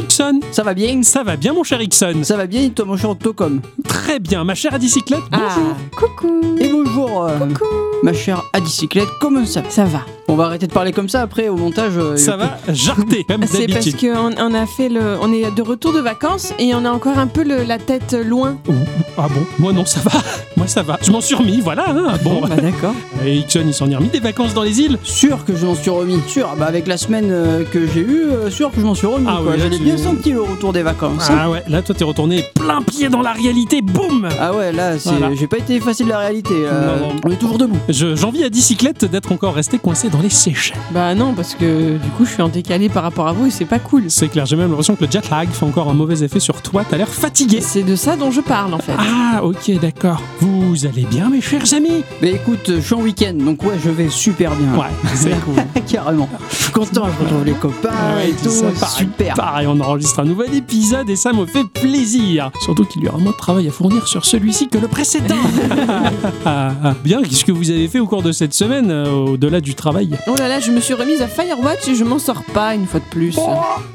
Ixon Ça va bien Ça va bien, mon cher Ixon Ça va bien, toi mon cher Tocom Très bien, ma chère Adicyclette, bonjour Ah, coucou Et bonjour, euh, Coucou ma chère Adicyclette, comment ça Ça va. On va arrêter de parler comme ça après au montage. euh, Ça va Ah, jarter, comme C'est parce d'habitude. qu'on on a fait le, on est de retour de vacances et on a encore un peu le- la tête loin. Ouh, Ah bon Moi non, ça va. Moi ça va. Je m'en suis remis, voilà. hein. Bon, Bah d'accord. et Ixon, il s'en est remis des vacances dans les îles Sûr que je m'en suis remis. Sûr, bah avec la semaine euh, que j'ai eue, euh, sûr que je m'en suis remis. Ah quoi. oui, là, J'avais tu- bien senti le retour des vacances. Ah ouais, là toi t'es retourné plein pied dans la réalité, boum Ah ouais, là, c'est... Voilà. j'ai pas été effacé de la réalité. là. Non, non. On est toujours debout. Je- J'envie à Dicyclette d'être encore resté coincé dans les Seychelles. Bah non, parce que du coup, je suis en décalé par rapport à vous et c'est pas cool. C'est clair, j'ai même l'impression que le jet lag fait encore un mauvais effet sur toi, t'as l'air fatigué. C'est de ça dont je parle en fait. Ah ok, d'accord. Vous allez bien mes chers amis Mais écoute, euh, je suis en week-end, donc ouais, je vais super bien. Ouais, c'est cool. Carrément. Je suis content, je retrouve les copains Ouais, Ah, et tout. ça, pareil, super. Pareil, on enregistre un nouvel épisode et ça me fait plaisir. Surtout qu'il y aura moins de travail à fournir sur celui-ci que le précédent. Ah, ah. Bien, qu'est-ce que vous avez fait au cours de cette semaine, euh, au-delà du travail Oh là là, je me suis remise à Firewatch et je m'en sors pas une fois de plus.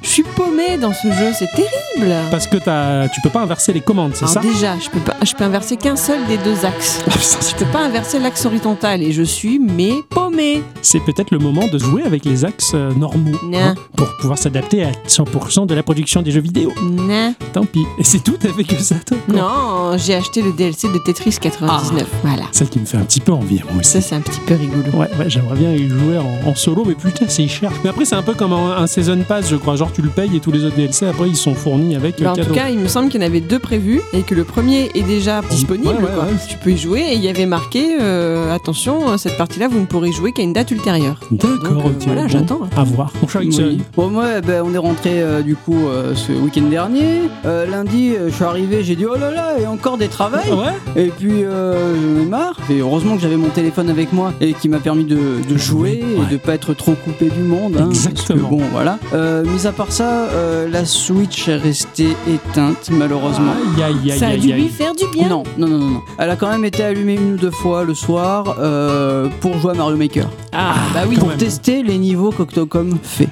Je suis paumée dans ce jeu, c'est terrible. Parce que t'as- tu peux pas inverser les commandes, c'est Alors ça déjà, je peux pas, je peux inverser qu'un seul des deux axes. Ah, putain, Je peux pas inverser l'axe horizontal et je suis mais paumée. C'est peut-être le moment de jouer avec les axes euh, normaux Non. pour pouvoir s'adapter à 100% de la production des jeux vidéo. Non. Tant pis. Et c'est tout avec ça, toi Non, j'ai acheté le DLC de Tetris 99. Voilà. Ça qui me fait un petit peu envie, moi aussi. Ça, c'est un petit peu rigolo. Ouais, ouais, j'aimerais bien y jouer en, en solo, mais putain, c'est cher. Mais après, c'est un peu comme un, un season pass, je crois. Genre, tu le payes et tous les autres DLC, après, ils sont fournis avec euh, Bah, en cadeau. Mm. tout cas, il me semble qu'il y en avait deux prévus et que le premier est déjà disponible. ouais, ouais, quoi. ouais. Tu peux y jouer et il y avait marqué euh, attention, cette partie-là, vous ne pourrez y jouer qu'à une date ultérieure. D'accord, Donc, euh, ok. voilà, bon, j'attends. À voir. Mon cher Ixon. Oui. Bon, moi, eh ben, on est rentré euh, du coup euh, ce week-end dernier. Euh, lundi, euh, je suis arrivé, j'ai dit oh là là, et encore des travaux. Ah ouais Et puis, euh, j'en ai marre. Et heureusement que j'avais mon téléphone avec moi et qui m'a permis de, de jouer Ah Ouais. et de pas être trop coupé du monde. hein, Exactement. parce que bon, voilà. Euh, mis à part ça, euh, la Switch est restée éteinte, malheureusement. Aïe, aïe, aïe, Ça a aïe, dû lui aïe. faire du bien. Oh Non, non, non, non, non. Elle a quand même été allumée une ou deux fois le soir euh, pour jouer à Mario Maker. Ah, bah oui. quand Pour même. tester les niveaux qu'Octocom fait.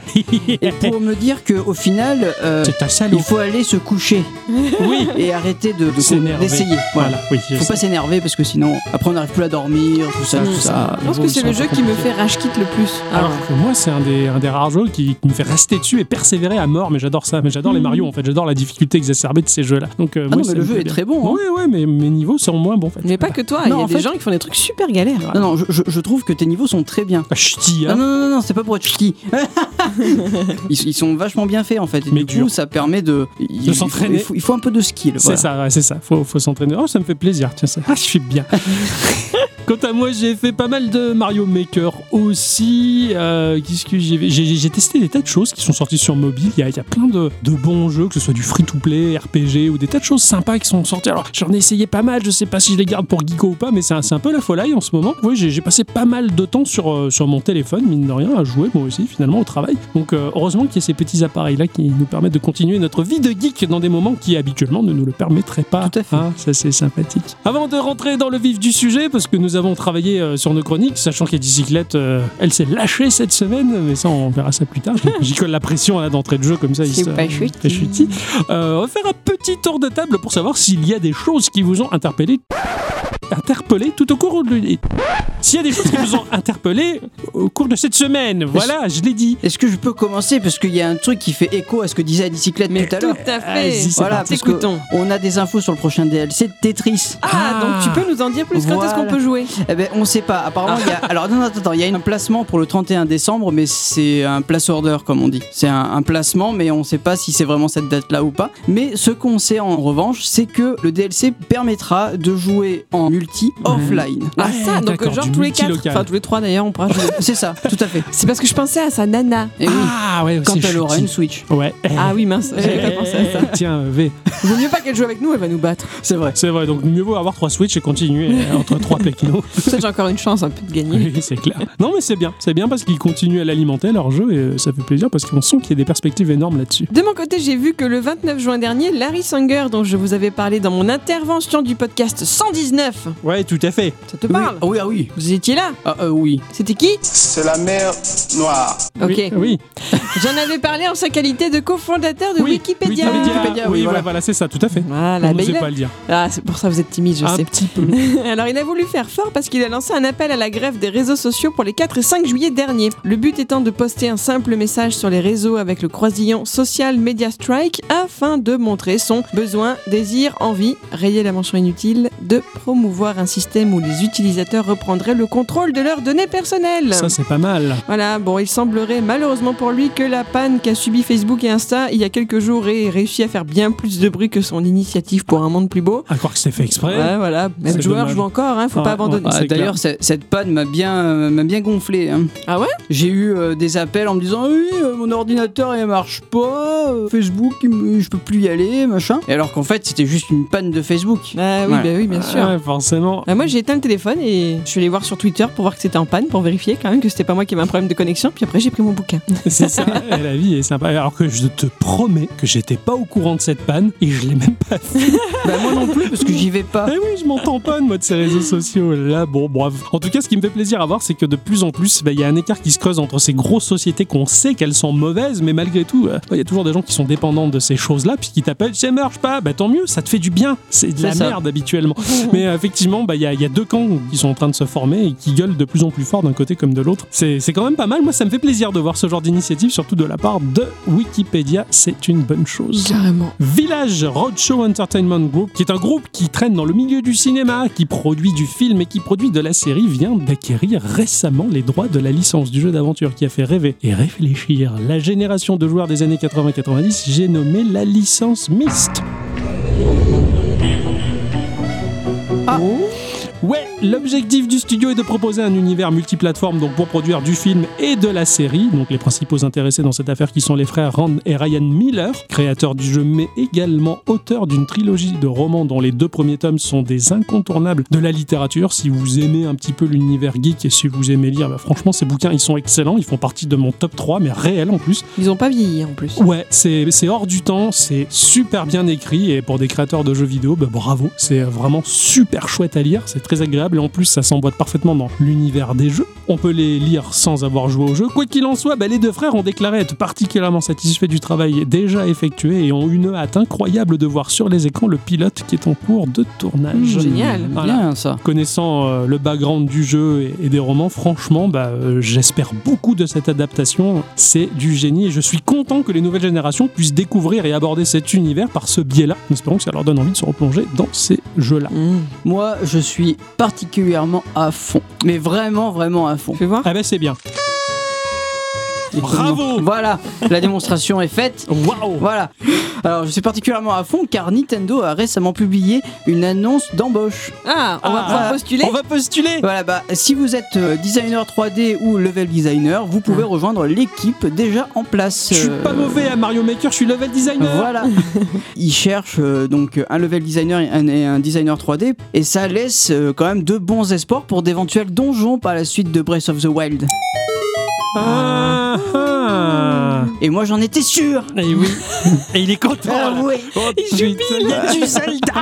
Et pour me dire qu'au final, euh, C'est un salaud. il faut aller se coucher Oui. et arrêter de, de- S'énerver. d'essayer. Voilà. Voilà, oui. je Faut sais. pas s'énerver parce que sinon, après on n'arrive plus à dormir, tout ça, Mm. tout ça. Je pense que c'est le jeu qui me fait rage quitte le plus. Alors que moi, c'est un des, un des rares jeux qui, qui me fait rester dessus et persévérer à mort. Mais j'adore ça. Mais j'adore Hmm. les Mario, en fait. J'adore la difficulté exacerbée de ces jeux-là. Donc, euh, Ah moi, non, ça mais le me jeu plaît est bien. très bon. hein. Ouais, ouais, mais mes niveaux sont moins bons, en fait. mais pas que toi, il y Non, a en des fait- gens qui font des trucs super galères. Non, non, je, je- je trouve que tes niveaux sont très bien. Ah, ch'ti, hein. Non, non, non, non, c'est pas pour être ch'ti. ils, ils sont vachement bien faits en fait. Et Mais du dur. coup, ça permet de. il- il faut- s'entraîner. Il, faut- il faut un peu de skill. C'est ça, ouais, c'est ça. Faut, faut s'entraîner. Oh, ça me fait plaisir. Tiens, ça. Ah, je suis bien. Quant à moi, j'ai fait pas mal de Mario Maker aussi. Euh, Qu'est-ce que j'ai fait J'ai- J'ai j'ai testé des tas de choses qui sont sorties sur mobile. Il y a, il y a plein de, de bons jeux, que ce soit du free-to-play, RPG ou des tas de choses sympas qui sont sorties. Alors, j'en ai essayé pas mal. Je sais pas si je les garde pour Geeko ou pas, mais c'est un, c'est un peu la folie en ce moment. Oui, j'ai j'ai passé pas mal de temps sur, euh, sur mon téléphone, mine de rien, à jouer moi aussi, finalement, au travail. Donc, euh, heureusement qu'il y a ces petits appareils-là qui nous permettent de continuer notre vie de geek dans des moments qui habituellement ne nous le permettraient pas. Tout à fait. Hein, ça, c'est sympathique. Avant de rentrer dans le vif du sujet, parce que nous avons travaillé euh, sur nos chroniques, sachant que bicyclette, euh, elle s'est lâchée cette semaine, mais ça, on verra ça plus tard. J'y colle la pression là, d'entrée de jeu comme ça. il C'est se- pas chouette. pas chutis. Euh, on va faire un petit tour de table pour savoir s'il y a des choses qui vous ont interpellé interpellé tout au cours de et- s'il y a des choses qui vous ont interpellé au cours de cette semaine voilà je l'ai dit Est-ce que je peux commencer Parce qu'il y a un truc qui fait écho à ce que disait Adicyclette Mais tout à tout l'heure. Ah, à fait. Vas-y, c'est Voilà, parti. parce que- T'écoutons. On a des infos sur le prochain DLC de Tetris. Ah, donc tu peux nous en dire plus quand est-ce qu'on Voilà. peut jouer Eh ben, on sait pas. Apparemment, il y a. Alors, non, non, attends, attends, il y a un placement pour le 31 décembre, mais c'est un place order, comme on dit. C'est un, un placement, mais on sait pas si c'est vraiment cette date-là ou pas. Mais ce qu'on sait en revanche, c'est que le DLC permettra de jouer en multi offline. Ah Ouais, ça, donc d'accord, genre du tous les quatre, multilocal. enfin tous les trois d'ailleurs, on pourra jouer. C'est ça, tout à fait. C'est parce que je pensais à sa nana. Et oui, ah ouais quand c'est elle aura une chutis. Switch. ouais Ah oui, mince, j'avais pas Eh, pensé à ça. tiens V Vaut mieux pas qu'elle joue avec nous, elle va nous battre. C'est vrai. c'est vrai donc mieux vaut avoir trois Switch et continuer euh, entre trois Pekino Ça, j'ai encore une chance un peu de gagner. Oui, c'est clair. Non, mais c'est bien. C'est bien parce qu'ils continuent à l'alimenter, leur jeu, et euh, ça fait plaisir parce qu'on sent qu'il y a des perspectives énormes là-dessus. De mon côté, j'ai vu que le 29 juin dernier, Larry Sanger, dont je vous avais parlé dans mon intervention du podcast 119, 19. Ouais, tout à fait. Ça te parle Oui. Ah oui, ah oui. Vous étiez là Ah euh, oui. C'était qui C'est la mer noire. Ok. Oui, euh, oui. J'en avais parlé en sa qualité de cofondateur de oui. Wikipédia. Wikipédia. Wikipédia, oui, voilà, oui, voilà. voilà, c'est ça, tout à fait. Voilà, On bah, n'osait il a- pas le dire. Ah, Ah, c'est pour ça que vous êtes timide, je Un sais. petit peu. Alors, il a voulu faire fort parce qu'il a lancé un appel à la grève des réseaux sociaux pour les 4 et 5 juillet dernier. Le but étant de poster un simple message sur les réseaux avec le croisillon Social Media Strike afin de montrer son besoin, désir, envie, rayer la mention inutile, de promouvoir un système où les utilisateurs reprendraient le contrôle de leurs données personnelles. Ça, c'est pas mal. Voilà, bon, il semblerait malheureusement pour lui que la panne qu'a subi Facebook et Insta il y a quelques jours ait réussi à faire bien plus de bruit que son initiative pour un monde plus beau. À croire que c'est fait exprès. Ouais, voilà, C'est même joueur dommage. joue encore, hein, faut Ouais, pas abandonner. ouais. Ah, C'est D'ailleurs, ce- cette panne m'a bien, euh, m'a bien gonflé. hein. Ah ouais J'ai eu euh, des appels en me disant oui, euh, mon ordinateur il marche pas, euh, Facebook il me- je peux plus y aller, machin. Et alors qu'en fait c'était juste une panne de Facebook. Ah oui, Ouais. bah oui, bien sûr. Ouais, forcément. Bah, moi j'ai éteint le téléphone et je suis allé voir sur Twitter pour voir que c'était en panne, pour vérifier quand même que c'était pas moi qui avais un problème de connexion, puis après j'ai pris mon bouquin. C'est ça, et la vie est sympa. Alors que je te promets que j'étais pas au courant de cette panne et je l'ai même pas fait. bah moi non plus parce que j'y vais pas. Eh oui, je m'entends pas moi de ces réseaux sociaux. Là, bon, bref. En tout cas, ce qui me fait plaisir à voir, c'est que de plus en plus, bah, il y a un écart qui se creuse entre ces grosses sociétés qu'on sait qu'elles sont mauvaises, mais malgré tout, euh, il y a toujours des gens qui sont dépendants de ces choses-là, puis qui t'appellent, ça marche pas, bah tant mieux, ça te fait du bien. C'est de la C'est ça. merde habituellement. mais euh, effectivement, bah, il y, a- il y a deux camps qui sont en train de se former et qui gueulent de plus en plus fort d'un côté comme de l'autre. C'est c'est quand même pas mal. Moi, ça me fait plaisir de voir ce genre d'initiative, surtout de la part de Wikipédia. C'est une bonne chose. Carrément. Village Roadshow Entertainment Group, qui est un groupe qui traîne dans le milieu du cinéma, qui produit du film et qui produit de la série, vient d'acquérir récemment les droits de la licence du jeu d'aventure qui a fait rêver et réfléchir la génération de joueurs des années 80-90. J'ai nommé la licence Myst. Ouais, l'objectif du studio est de proposer un univers multiplateforme donc pour produire du film et de la série. Donc les principaux intéressés dans cette affaire qui sont les frères Rand et Ryan Miller, créateurs du jeu mais également auteurs d'une trilogie de romans dont les deux premiers tomes sont des incontournables de la littérature. Si vous aimez un petit peu l'univers geek et si vous aimez lire, bah, franchement ces bouquins ils sont excellents, ils font partie de mon top 3 mais réel en plus. Ils ont pas vieilli en plus. Ouais, c'est c'est hors du temps, c'est super bien écrit et pour des créateurs de jeux vidéo, bah, bravo, c'est vraiment super chouette à lire, c'est très agréable et en plus ça s'emboîte parfaitement dans l'univers des jeux. On peut les lire sans avoir joué au jeu. Quoi qu'il en soit, bah, les deux frères ont déclaré être particulièrement satisfaits du travail déjà effectué et ont une hâte incroyable de voir sur les écrans le pilote qui est en cours de tournage. Mmh, génial. Voilà. Bien ça. Connaissant euh, le background du jeu et, et des romans, franchement, bah, euh, j'espère beaucoup de cette adaptation. C'est du génie et je suis content que les nouvelles générations puissent découvrir et aborder cet univers par ce biais-là. Espérons que ça leur donne envie de se replonger dans ces jeux-là. Mmh. Moi je suis particulièrement à fond. Mais vraiment vraiment à fond. Fais voir. Ah ben c'est bien. Bravo Voilà, la démonstration est faite. Waouh Voilà. Alors je suis particulièrement à fond car Nintendo a récemment publié une annonce d'embauche. Ah, on va Ah, pouvoir postuler On va postuler Voilà, bah, si vous êtes euh, designer 3D ou level designer, vous pouvez rejoindre l'équipe déjà en place. Ah. Je suis Euh, pas mauvais hein. à Mario Maker, je suis level designer Voilà. Ils cherchent euh, donc un level designer et un, et un designer 3D et ça laisse euh, quand même de bons espoirs pour d'éventuels donjons par la suite de Breath of the Wild. Ah, ah. Et moi j'en étais sûr. Et oui Et il est content Ah ouais. Oh, putain. Il y a du Zelda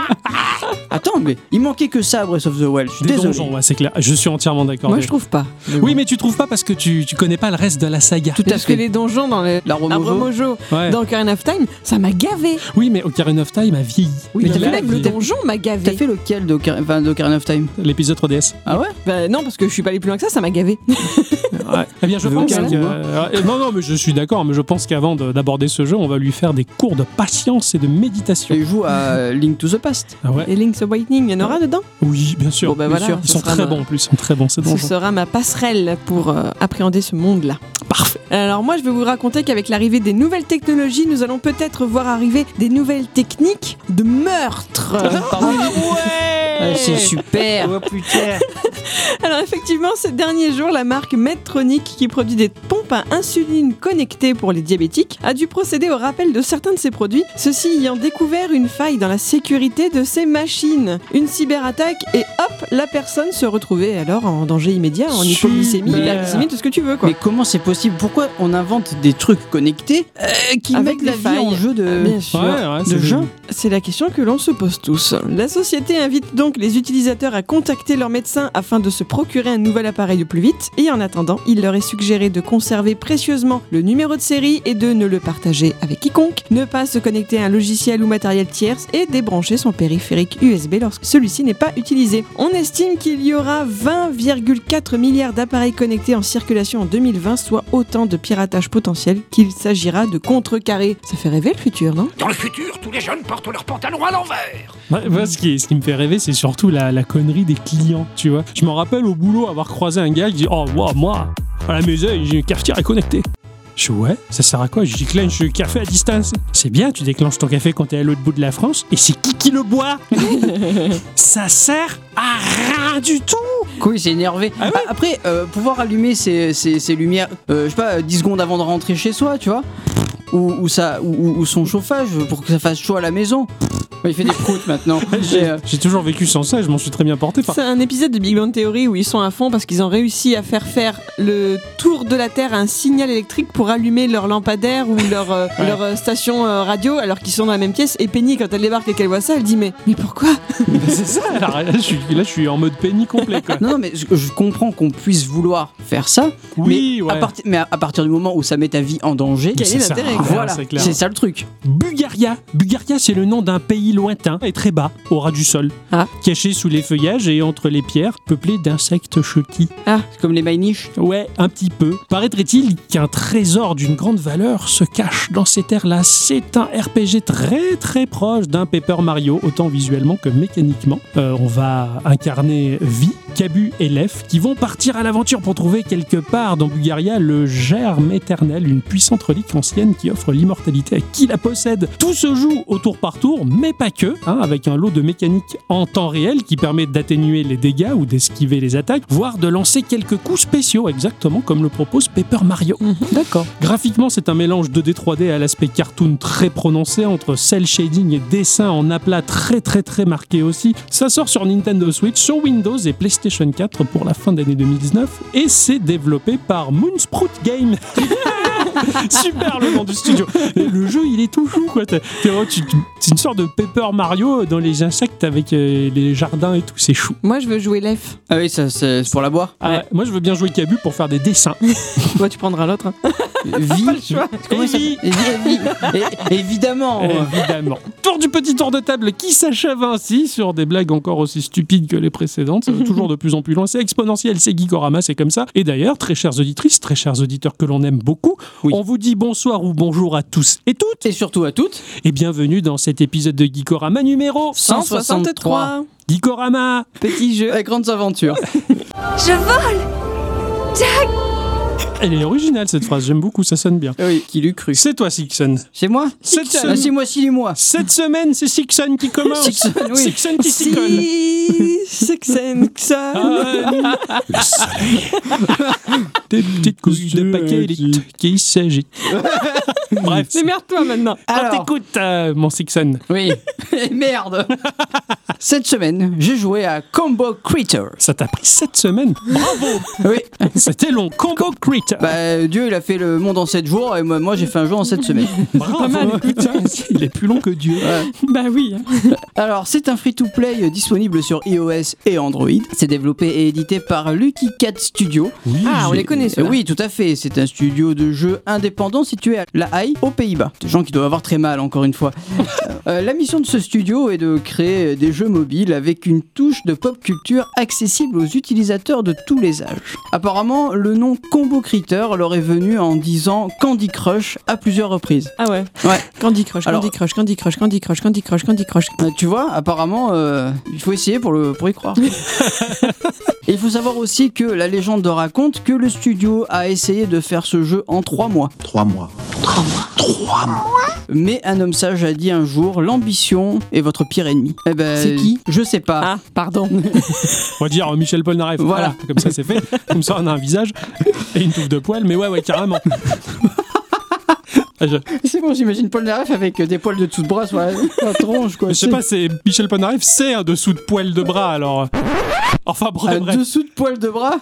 Attends, mais il manquait que ça à Breath of the Wild. Je suis Des désolé. donjons, ouais, c'est clair. Je suis entièrement d'accord. Moi Dave. je trouve pas. Oui, mais tu trouves pas parce que tu, tu connais pas le reste de la saga. Tout à Parce que fait. les donjons dans le. La Arbre Romojo. Mojo, Ouais. dans Ocarina of Time, ça m'a gavé. Oui, mais Ocarina of Time a vieilli. Oui, Il mais a t'as vu vieilli. Même le mais- donjon m'a gavé. T'as fait lequel d'Ocar- enfin, d'Ocarina of Time L'épisode 3DS. Ah ouais Bah non, parce que je suis pas allé plus loin que ça, ça m'a gavé. Ouais. Eh bien, je Mais pense aucun que- goût, euh, euh, non, non, mais je suis d'accord, mais je pense qu'avant de- d'aborder ce jeu, on va lui faire des cours de patience et de méditation. Il joue à Link to the Past. Ah ouais. Et Link's Awakening, il y en aura dedans Oui, bien sûr. Bon, bah Bien voilà, sûr. Ils ce sont sera très ma- bons en plus, ils sont très bons, ces Ce donjons. sera ma passerelle pour euh, appréhender ce monde-là. Parfait. Alors moi, je vais vous raconter qu'avec l'arrivée des nouvelles technologies, nous allons peut-être voir arriver des nouvelles techniques de meurtre. Ah, Euh, pardon. Ah, ouais Eh. Euh, C'est super. Oh putain Alors effectivement, ces derniers jours, la marque Medtronic, qui produit des pompes à insuline connectées pour les diabétiques, a dû procéder au rappel de certains de ses produits, ceux-ci ayant découvert une faille dans la sécurité de ces machines. Une cyberattaque et hop, la personne se retrouvait alors en danger immédiat, en Super. hypoglycémie, hyperglycémie, tout ce que tu veux quoi. Mais comment c'est possible Pourquoi on invente des trucs connectés euh, qui Avec mettent la des vie en failles. jeu de, Ah, bien sûr. euh, Ouais, ouais, de c'est gens débile. C'est la question que l'on se pose tous. La société invite donc les utilisateurs à contacter leur médecin afin de se procurer un nouvel appareil au plus vite. Et en attendant, il leur est suggéré de conserver précieusement le numéro de série et de ne le partager avec quiconque, ne pas se connecter à un logiciel ou matériel tierce et débrancher son périphérique USB lorsque celui-ci n'est pas utilisé. On estime qu'il y aura 20,4 milliards d'appareils connectés en circulation en 2020, soit autant de piratage potentiel qu'il s'agira de contrecarrer. Ça fait rêver le futur, non Dans le futur, tous les jeunes portent leurs pantalons à l'envers. Ouais, moi, ce, qui, ce qui me fait rêver, c'est surtout la, la connerie des clients, tu vois. Je m'en rappelle au boulot avoir croisé un gars qui dit Oh, moi, moi, à la maison, j'ai une cafetière à connecter. Je dis ouais, ça sert à quoi Je déclenche le café à distance. C'est bien, tu déclenches ton café quand t'es à l'autre bout de la France, et c'est qui qui le boit Ça sert à rien du tout Oui, c'est énervé. Ah ouais Ah, Après, euh, pouvoir allumer ces, ces- ces lumières, euh, je sais pas, euh, 10 secondes avant de rentrer chez soi, tu vois ou, ou ça, ou- ou, ou son chauffage pour que ça fasse chaud à la maison. Ouais, Il fait des croûtes maintenant. Et, J'ai euh, j'ai toujours vécu sans ça, je m'en suis très bien porté. Enfin, C'est un épisode de Big Bang Theory où ils sont à fond parce qu'ils ont réussi à faire faire le tour de la Terre à un signal électrique pour allumer leur lampadaire ou leur, euh, Ouais. leur euh, station euh, radio alors qu'ils sont dans la même pièce. Et Penny, quand elle débarque et qu'elle voit ça, elle dit Mais, mais pourquoi c'est ça, alors, là je, suis, là, je suis en mode pénis complet, quoi. non, non, mais je, je comprends qu'on puisse vouloir faire ça, Oui, mais, ouais. à parti- mais à, à partir du moment où ça met ta vie en danger, Mais ça est sert à rien, l'intérêt, quoi. voilà, c'est clair. c'est ça le truc. Bulgaria. Bulgaria, c'est le nom d'un pays lointain et très bas, au ras du sol, Ah. caché sous les feuillages et entre les pierres, peuplé d'insectes petits. C'est comme les niches Ouais, un petit peu. Paraîtrait-il qu'un trésor d'une grande valeur se cache dans ces terres-là. C'est un RPG très très proche d'un Paper Mario, autant visuellement que mécaniquement. Euh, on va incarner Vi, Kabu et Lef qui vont partir à l'aventure pour trouver quelque part dans Bulgaria le germe éternel, une puissante relique ancienne qui offre l'immortalité à qui la possède. Tout se joue au tour par tour, mais pas que, hein, avec un lot de mécaniques en temps réel qui permet d'atténuer les dégâts ou d'esquiver les attaques, voire de lancer quelques coups spéciaux, exactement comme le propose Paper Mario. D'accord. Graphiquement, c'est un mélange 2D 3D à l'aspect cartoon très prononcé entre cel shading et dessin en aplat très très très marqué aussi. Ça sort sur Nintendo Switch, sur Windows et PlayStation 4 pour la fin d'année 2019 et c'est développé par Moonsprout Game. Super le nom du studio. Et le jeu, il est tout chou quoi. T'as- t'es- oh, tu- tu- C'est une sorte de Paper Mario dans les insectes avec euh, les jardins et tout, c'est chou. Moi, je veux jouer Lef. Ah oui, ça, c'est c'est pour la boire. Ah, moi, je veux bien jouer Kabu pour faire des dessins. Toi, tu prendras l'autre. hein. Vie. Comment Et ça vie. s'appelle Vie, vie. É- Évidemment. Eh. ouais. Évidemment. Tour du petit tour de table qui s'achève ainsi sur des blagues encore aussi stupides que les précédentes. Ça va toujours de plus en plus loin. C'est exponentiel, c'est Geekorama, c'est comme ça. Et d'ailleurs, très chères auditrices, très chers auditeurs que l'on aime beaucoup, Oui. on vous dit bonsoir ou bonjour à tous et toutes. Et surtout à toutes. Et bienvenue dans cet épisode de Geekorama numéro 163. Geekorama Petit jeu. à grandes aventures. Je vole Elle est originale cette phrase, j'aime beaucoup, ça sonne bien. Oui, qui l'eût cru. C'est toi, Sixon. C'est moi Cette Ah, semaine, C'est moi, si, moi. cette semaine, c'est Sixon qui commence. Sixon, oui. Sixon qui Si, s'y colle. Sexen, Xan. Ah, le soleil. Des petites couilles de paquet élite qui s'agitent. Bref. Démerde-toi maintenant. Alors, Alors. t'écoutes, euh, mon Sixon. Oui. Et merde. Cette semaine, j'ai joué à Combo Critter. Ça t'a pris 7 semaines. Bravo Oui. C'était long. Combo Crit. Bah, Dieu, il a fait le monde en 7 jours et moi, moi, j'ai fait un jour en 7 semaines. Bravo. Il est plus long que Dieu. Bah oui. Alors, c'est un free-to-play disponible sur iOS et Android. C'est développé et édité par Lucky Cat Studio. Oui, Ah, on j'ai- les connaît, Euh, ceux-là. Oui, tout à fait. C'est un studio de jeux indépendant situé à La Haye, aux Pays-Bas. Des gens qui doivent avoir très mal, encore une fois. Euh, la mission de ce studio est de créer des jeux mobiles avec une touche de pop culture accessible aux utilisateurs de tous les âges. Apparemment, le nom Combo Critter leur est venu en disant Candy Crush à plusieurs reprises. Ah ouais. Ouais. Candy Crush, Alors- Candy Crush, Candy Crush, Candy Crush, Candy Crush, Candy Crush. Euh, Tu vois, apparemment, euh, il faut essayer pour, le, pour y croire. Et il faut savoir aussi que la légende raconte que le studio a essayé de faire ce jeu en trois mois. Trois mois. Mais un homme sage a dit un jour l'ambition est votre pire ennemi. Eh ben, C'est qui Je sais pas. Ah, pardon. On va dire euh, Michel Polnareff. Voilà. Comme ça, c'est fait. Comme ça, on a un visage et une touffe de poils. Mais ouais, ouais, carrément. Ah, Je, C'est bon, j'imagine Paul Naref avec euh, des poils de toute bras sur la, tronche, quoi. je sais pas, c'est Michel Polnareff, c'est un dessous de poils de bras, alors. Enfin, bref, bref. dessous de poils de bras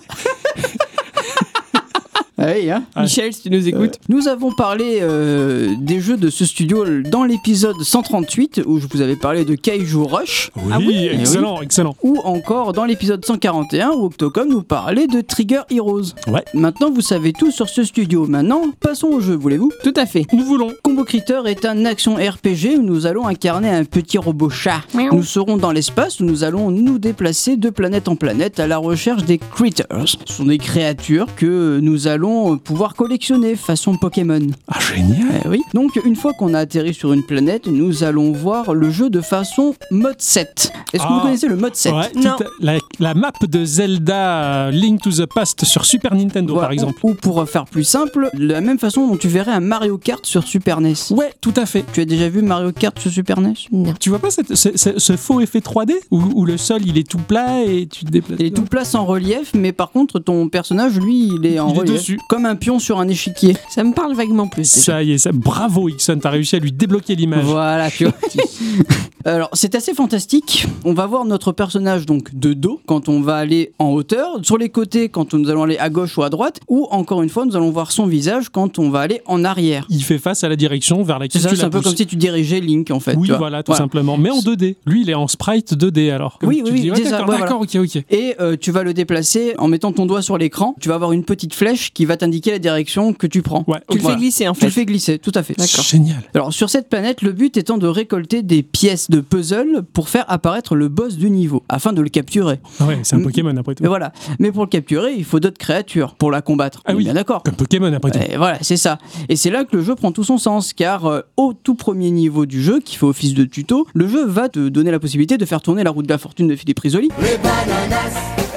hein. Ouais. Michel, si tu nous écoutes. Nous avons parlé euh, des jeux de ce studio dans l'épisode 138 où je vous avais parlé de Kaiju Rush Oui, Ah oui, excellent, excellent. ou encore dans l'épisode 141 où Octocom nous parlait de Trigger Heroes. Ouais. Maintenant vous savez tout sur ce studio. Maintenant passons au jeu, voulez-vous Tout à fait. Nous voulons. Combo Critter est un action RPG où nous allons incarner un petit robot chat. Nous serons dans l'espace où nous allons nous déplacer de planète en planète à la recherche des critters. Ce sont des créatures que nous allons pouvoir collectionner façon Pokémon. Ah, génial. Eh oui. Donc une fois qu'on a atterri sur une planète, nous allons voir le jeu de façon mode 7. Est-ce que Ah. vous connaissez le mode 7 Ouais, Non. tout à- la, la map de Zelda euh, Link to the Past sur Super Nintendo, Voilà. par exemple. Ou pour faire plus simple, de la même façon dont tu verrais un Mario Kart sur Super NES. Ouais, tout à fait. Tu as déjà vu Mario Kart sur Super E NES Tu vois pas cette- ce, ce- ce faux effet 3D où, où le sol il est tout plat et tu te déplaces Il est tout place en relief, mais par contre, ton personnage, lui, il est en Il est relief. dessus. Comme un pion sur un échiquier. Ça me parle vaguement plus. déjà. Ça y est, ça, bravo Ixon, t'as réussi à lui débloquer l'image. Voilà, tu vois. Alors, c'est assez fantastique. On va voir notre personnage donc de dos quand on va aller en hauteur, sur les côtés quand nous allons aller à gauche ou à droite, ou encore une fois, nous allons voir son visage quand on va aller en arrière. Il fait face à la direction vers C'est laquelle ça, tu c'est la un peu pousses. comme si tu dirigeais Link en fait. oui, tu vois. voilà, tout simplement. Mais en 2D. Lui, il est en sprite 2D alors. Comme Oui, tu oui, te dis, oui, ouais, déjà, d'accord, ouais, d'accord, ok, ok. Et euh, tu vas le déplacer en mettant ton doigt sur l'écran. Tu vas avoir une petite flèche qui va t'indiquer la direction que tu prends. Ouais, Tu le Voilà. fais glisser en Tu fait. le fais glisser, tout à fait. Génial. Alors sur cette planète, le but étant de récolter des pièces de puzzle pour faire apparaître le boss du niveau, afin de le capturer. Ah Ouais, c'est un Mm. Pokémon après tout. Mais voilà. Mais pour le capturer, il faut d'autres créatures pour la combattre. Ah On est oui. bien d'accord. Comme Pokémon après tout. Et voilà, c'est ça. Et c'est là que le jeu prend tout son sens, car euh, au tout premier niveau du jeu, qui fait office de tuto, le jeu va te donner la possibilité de faire tourner la route de la fortune de Philippe Risoli.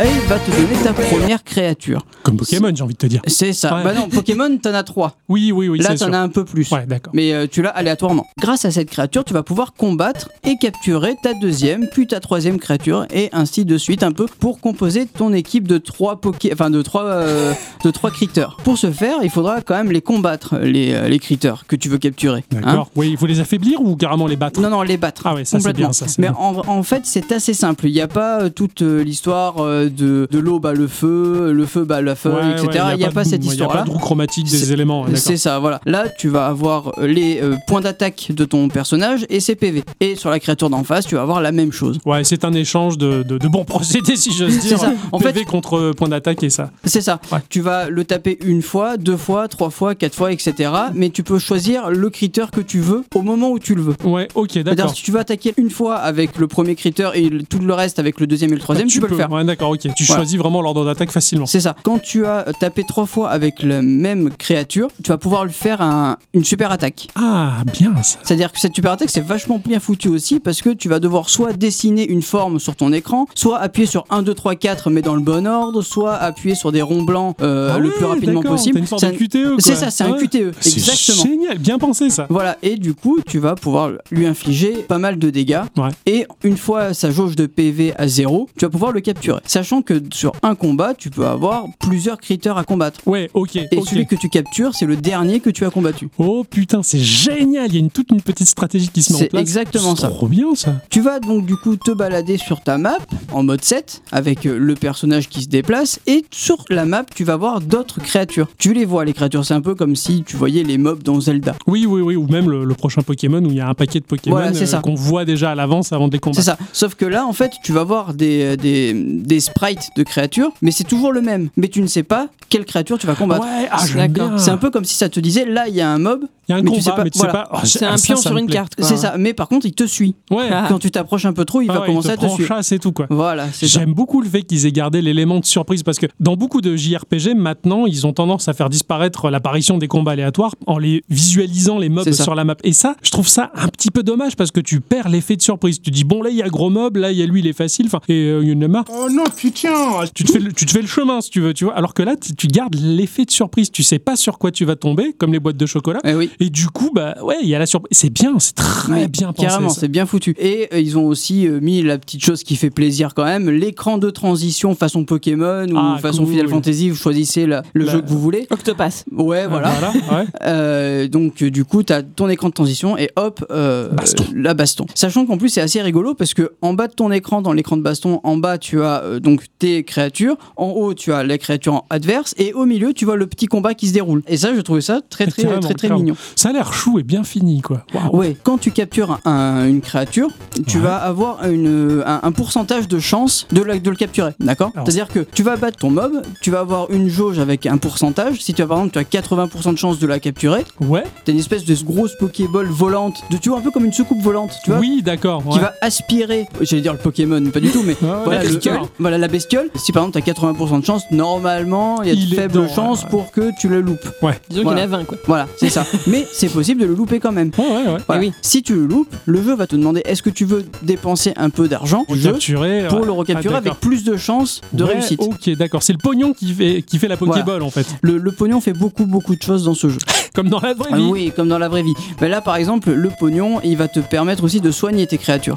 Et il va te donner ta première créature. Comme Pokémon, j'ai envie de te dire. C'est ça. Ouais. Bah non, Pokémon, t'en as trois. Oui, oui, oui, là, c'est t'en sûr. as un peu plus. Ouais, d'accord. Mais euh, tu l'as aléatoirement. Grâce à cette créature, tu vas pouvoir combattre et capturer ta deuxième, puis ta troisième créature, et ainsi de suite un peu pour composer ton équipe de trois poké, enfin de trois, euh, de trois critters. Pour ce faire, il faudra quand même les combattre les, euh, les critters que tu veux capturer. hein. D'accord. oui, il faut les affaiblir ou carrément les battre non, non, les battre. Ah ouais, ça, c'est complètement. bien, ça, c'est Mais bien. en, en fait, c'est assez simple. Il n'y a pas euh, toute euh, l'histoire euh, de, de l'eau bat le feu, le feu bat la feu, Ouais, etc. ouais, euh, Il n'y a, pas de- ouais, Il cette n'y a histoire-là. pas de roue chromatique des C'est- éléments. ouais, d'accord. C'est ça, voilà. Là, tu vas avoir euh, les euh, points d'attaque de ton personnage et ses PV. Et sur la créature d'en face, tu vas avoir la même chose. Ouais, c'est un échange de, de, de bons procédés, si j'ose C'est dire. ça. En En PV contre euh, point d'attaque et ça. C'est ça. Ouais. Tu vas le taper une fois, deux fois, trois fois, quatre fois, etc. Mais tu peux choisir le critère que tu veux au moment où tu le veux. Ouais, ok, C'est-à-dire, d'accord. si tu veux attaquer une fois avec le premier critère et le- tout le reste avec le deuxième et le troisième, tu, peux, le faire. Bah, Ouais, d'accord, ok. Tu Voilà. choisis vraiment l'ordre d'attaque facilement. C'est ça. Quand tu as euh, tapé trois fois avec la même créature, tu vas pouvoir lui faire un- une super attaque. Ah, bien ça. C'est-à-dire que cette super attaque, c'est vachement bien foutu aussi parce que tu vas devoir soit dessiner une forme sur ton écran, soit appuyer sur 1, 2, 3, 4 mais dans le bon ordre, soit appuyer sur des ronds blancs euh, Ah le ouais, plus rapidement d'accord, possible. t'as une sorte C'est de un- QTE, quoi. C'est ça, c'est un Ouais. QTE, C'est exactement. Génial, bien pensé ça. Voilà, et du coup, tu vas pouvoir lui infliger pas mal de dégâts. Ouais. Et une fois sa jauge de PV à 0, tu vas pouvoir le capturer. Sachant que sur un combat, tu peux avoir plusieurs critères à combattre. Ouais, ok, Et ok. celui que tu captures, c'est le dernier que tu as combattu. Oh putain, c'est génial. Il y a une, toute une petite stratégie qui se met en C'est place. exactement C'est ça. Trop bien ça. Tu vas donc du coup te balader sur ta map en mode 7 avec euh, le personnage qui se déplace et sur la map tu vas voir d'autres créatures. Tu les vois les créatures, c'est un peu comme si tu voyais les mobs dans Zelda. Oui, oui, oui. Ou même le, le prochain Pokémon où il y a un paquet de Pokémon euh, Voilà, c'est ça. qu'on voit déjà à l'avance avant de les C'est combattre. ça. Sauf que là en fait tu vas voir des, euh, des, des sprites de créatures mais c'est toujours le même. Mais tu ne sais pas quelle créature tu vas combattre. Ouais, ah, j'aime bien. D'accord. C'est un peu comme si ça te disait là il y a un mob. Il y a un mais tu combat, sais pas- mais tu voilà. sais pas. oh, C'est ah, un ça, pion ça sur me une plaît. carte. quoi. C'est ça. Mais par contre il te suit. Ouais. Ah. Quand tu t'approches un peu trop il Ah va ouais, commencer te à te prend en suivre. chasse et tout quoi. Voilà, c'est ça. J'aime beaucoup le fait qu'ils aient gardé l'élément de surprise parce que dans beaucoup de JRPG maintenant, ils ont tendance à faire disparaître l'apparition des combats aléatoires en les visualisant les mobs C'est ça. sur la map. Et ça, je trouve ça un petit peu dommage parce que tu perds l'effet de surprise. Tu dis bon là il y a gros mob, là il y a lui il est facile, enfin et euh, il y en a marre. Oh non, putain Tu te fais le, tu te fais le chemin si tu veux, tu vois. Alors que là tu, tu gardes l'effet de surprise. Tu sais pas sur quoi tu vas tomber, comme les boîtes de chocolat. Eh oui. Et du coup, bah ouais, il y a la surprise. C'est bien, c'est très Ouais, bien pensé. Carrément, ça. c'est bien foutu. Et euh, ils ont aussi euh, mis la petite chose qui fait plaisir quand même, l'écran de transition façon Pokémon ou Ah, façon cool. Final Fantasy, vous choisissez la- le La- jeu que vous voulez. Octopass. Ouais, Ah, voilà. ouais. Euh, donc euh, du coup, t'as ton écran de transition et hop, euh, Baston. euh, la baston. Sachant qu'en plus c'est assez rigolo parce que en bas de ton écran, dans l'écran de baston, en bas tu as euh, donc tes créatures, en haut tu as les créatures en adverse et au milieu tu vois le petit combat qui se déroule. Et ça, je trouvais ça très très Carrément, très très, carrément. mignon. Ça a l'air chou et bien fini, quoi. Waouh. Ouais. Quand tu captures un- une créature, tu Ouais. vas avoir une- un, un pourcentage de chance de, la- de le capturer. D'accord Alors. C'est-à-dire que tu vas battre ton mob, tu vas avoir une jauge avec un pourcentage. Si tu as par exemple tu as 80% de chance de la capturer, Ouais. T'as une espèce de grosse Pokéball volante, de, tu vois, un peu comme une soucoupe volante, tu vois, Oui, d'accord. qui ouais. va aspirer, j'allais dire le Pokémon, mais pas du tout, mais Ouais, ouais, voilà, le- d'accord. voilà la bestiole. Si par exemple t'as 80% de chance, normalement il y a Il de est faibles dedans, chances ouais, ouais. pour que tu le loupes. Disons Voilà. qu'il y en a 20, quoi. Voilà, c'est ça. mais c'est possible de le louper quand même. Ouais, ouais, ouais. Voilà. oui. Si tu le loupes, le jeu va te demander est-ce que tu veux dépenser un peu d'argent du jeu Recapturer. pour ouais. le recapturer Ah, d'accord. avec plus de chances de Ouais, oh. réussite. Ok, d'accord. C'est le pognon qui fait, qui fait la Voilà. Pokéball, en fait. Le, le pognon fait beaucoup beaucoup de choses dans ce jeu. Comme dans la vraie Ah vie. oui, comme dans la vraie vie. Mais là, par exemple, le pognon, il va te permettre aussi de soigner tes créatures.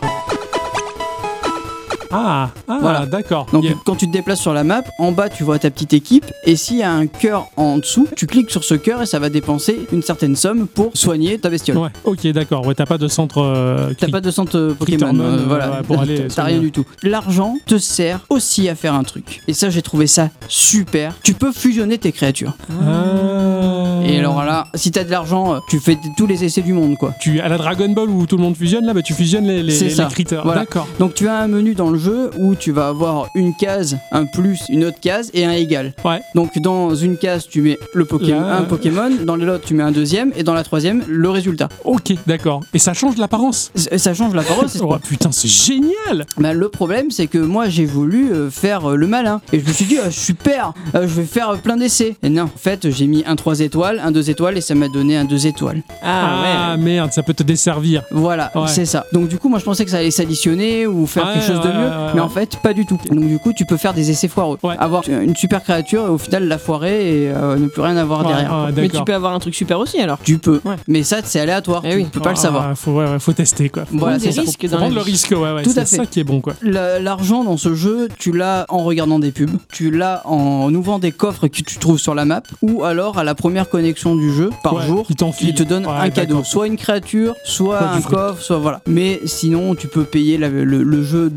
Ah, ah Voilà. d'accord. Donc Yeah. quand tu te déplaces sur la map, en bas tu vois ta petite équipe et s'il y a un cœur en dessous, tu cliques sur ce cœur et ça va dépenser une certaine somme pour soigner ta bestiole. Ouais, ok, d'accord. Ouais, t'as pas de centre. euh, T'as cri- pas de centre euh, Pokémon, Crittermon, euh, euh, voilà, ouais, pour aller t'as soigner. rien du tout. L'argent te sert aussi à faire un truc. Et ça, j'ai trouvé ça super. Tu peux fusionner tes créatures. Ah. Et alors là, si t'as de l'argent, euh, tu fais tous les essais du monde, quoi. Tu, à la Dragon Ball où tout le monde fusionne, là, bah, tu fusionnes les, les, C'est les ça. critères. Voilà. D'accord. Donc tu as un menu dans le jeu où tu vas avoir une case, un plus, une autre case et un égal. Ouais. Donc dans une case tu mets le Pokémon, Là. un Pokémon, dans l'autre tu mets un deuxième et dans la troisième le résultat. Ok, d'accord. Et ça change l'apparence. Ça ça change la parole. c'est- Oh, putain, c'est génial! Bah, le problème c'est que moi j'ai voulu euh, faire euh, le malin et je me suis dit ah, super, euh, je vais faire euh, plein d'essais. Et non, en fait j'ai mis un 3 étoiles, un 2 étoiles et ça m'a donné un 2 étoiles. Ah, merde, ça peut te desservir. Voilà, Ouais. c'est ça. Donc du coup, moi je pensais que ça allait s'additionner ou faire Ouais, quelque chose de ouais, mieux, ouais, ouais, ouais. mais en fait, pas du tout. Donc du coup, tu peux faire des essais foireux, Ouais. avoir une super créature et au final la foirer et euh, ne plus rien avoir Ouais, derrière. ouais, quoi. Mais d'accord. tu peux avoir un truc super aussi alors. Tu peux, Ouais. mais ça c'est aléatoire, Eh tu oui. peux pas le Ah, savoir. Faut, ouais, ouais, faut tester quoi. Voilà, prendre des c'est ça. risques Faut dans la prendre le vie. risque, ouais, ouais. Tout à C'est fait. ça qui est bon quoi. La- L'argent dans ce jeu, tu l'as en regardant des pubs, tu l'as en ouvrant des coffres que tu trouves sur la map, ou alors à la première connexion du jeu par Ouais, jour, il t'enfile. il te donne Ouais, un cadeau, d'accord. soit une créature, soit Soit du un fruit. coffre, soit voilà. Mais sinon, tu peux payer la- le, le jeu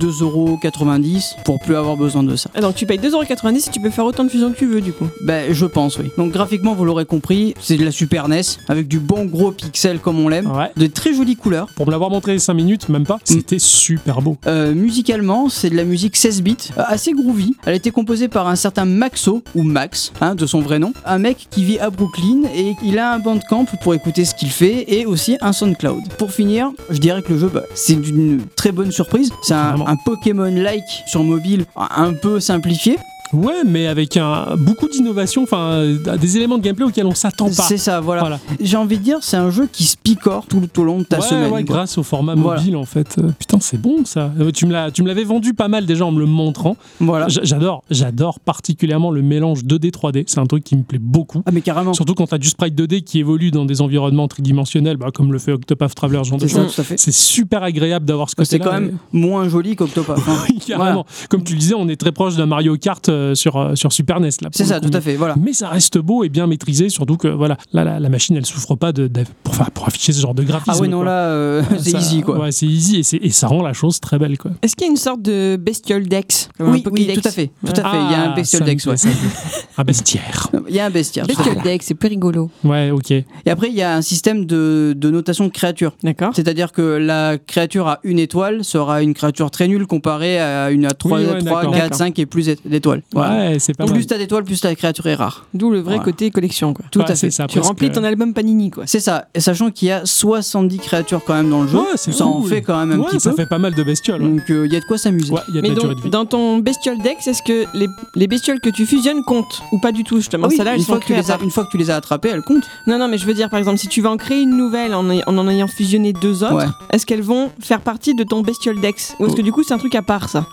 2,90€ pour plus avoir besoin de ça. Ah, Donc tu payes 2,90€ et tu peux faire autant de fusions que tu veux du coup. Ben, je pense, oui. Donc graphiquement, vous l'aurez compris, c'est de la Super NES avec du bon gros pixel comme on l'aime, Ouais. de très jolies couleurs. Pour me l'avoir montré 5 minutes, même Mm. pas, c'était super beau. Euh, musicalement, c'est de la musique 16 bits, euh, assez groovy. Elle a été composée par un certain Maxo, ou Max, hein, de son vrai nom, un mec qui vit à Brooklyn et il a un bandcamp pour écouter ce qu'il fait et aussi un SoundCloud. Pour finir, je dirais que le jeu, bah, c'est d'une très bonne surprise. C'est un, Vraiment. un Pokémon-like sur mobile, un peu simplifié. Ouais, mais avec un, beaucoup d'innovation, enfin, euh, des éléments de gameplay auxquels on s'attend pas. C'est ça, voilà. Voilà. J'ai envie de dire, c'est un jeu qui se picore tout, tout au long de ta Ouais, semaine. ouais, quoi. grâce au format Voilà. mobile en fait. Euh, Putain, c'est bon ça. Euh, Tu me l'as- tu me l'avais vendu pas mal déjà en me le montrant. Voilà. J'a- J'adore, j'adore particulièrement le mélange 2D 3D. C'est un truc qui me plaît beaucoup. Ah mais carrément. Surtout quand t'as du sprite 2D qui évolue dans des environnements tridimensionnels, bah, comme le fait Octopath Traveler, ce genre de C'est ça, choses. tout à fait. C'est super agréable d'avoir ce C'est côté-là. quand même moins joli qu'Octopath. hein. Oui, carrément. Comme tu le disais, on est très proche d'un Mario Kart euh, sur, euh, sur Super NES. là, pour C'est le ça, coup. tout à fait. Voilà. Mais ça reste beau et bien maîtrisé, surtout que voilà, là, la, la machine elle souffre pas de, de- pour, enfin, pour afficher ce genre de graphisme. Ah ouais, non, quoi. là, euh, c'est Ça- easy, quoi. Ouais, c'est easy et, c'est- et ça rend la chose très belle quoi. Est-ce qu'il y a une sorte de bestiole dex comme un Oui, oui, Pokédex tout à fait, tout à fait. il y a un Ah, bestiole ça me dex, plaît, ouais. ça me plaît. un bestiaire. Il y a un bestiaire. tout à fait. Bestiole dex, c'est plus rigolo. Ouais, ok. Et après, il y a un système de, de notation de créature. D'accord. C'est-à-dire que la créature à une étoile sera une créature très nulle comparée à une à 3, Oui, ouais, d'accord. 4, D'accord. 5 et plus é- d'étoiles. Voilà. Ouais, c'est pas mal. plus t'as d'étoiles, plus la créature est rare. D'où le vrai Voilà. côté collection quoi. Tout Ouais, à c'est fait. ça, Tu parce remplis que- ton album Panini quoi. C'est ça. Et sachant qu'il y a 70 créatures quand même dans le jeu, Ouais, c'est ça en cool. fait quand même un Ouais, petit ça peu. fait pas mal de bestioles. Ouais, Donc euh, il y a de quoi s'amuser. Ouais, il y a de Mais la durée donc, de vie. dans ton bestiole dex, est-ce que les, les bestioles que tu fusionnes comptent ou pas du tout justement Ah oui, Celles-là, elles une, sont fois que tu créées à les as, part. une fois que tu les as attrapées, elles comptent. Non, non, mais je veux dire, par exemple, si tu vas en créer une nouvelle en, ay- en en ayant fusionné deux autres, Ouais. est-ce qu'elles vont faire partie de ton bestiole dex Ou est-ce que du coup, c'est un truc à part ça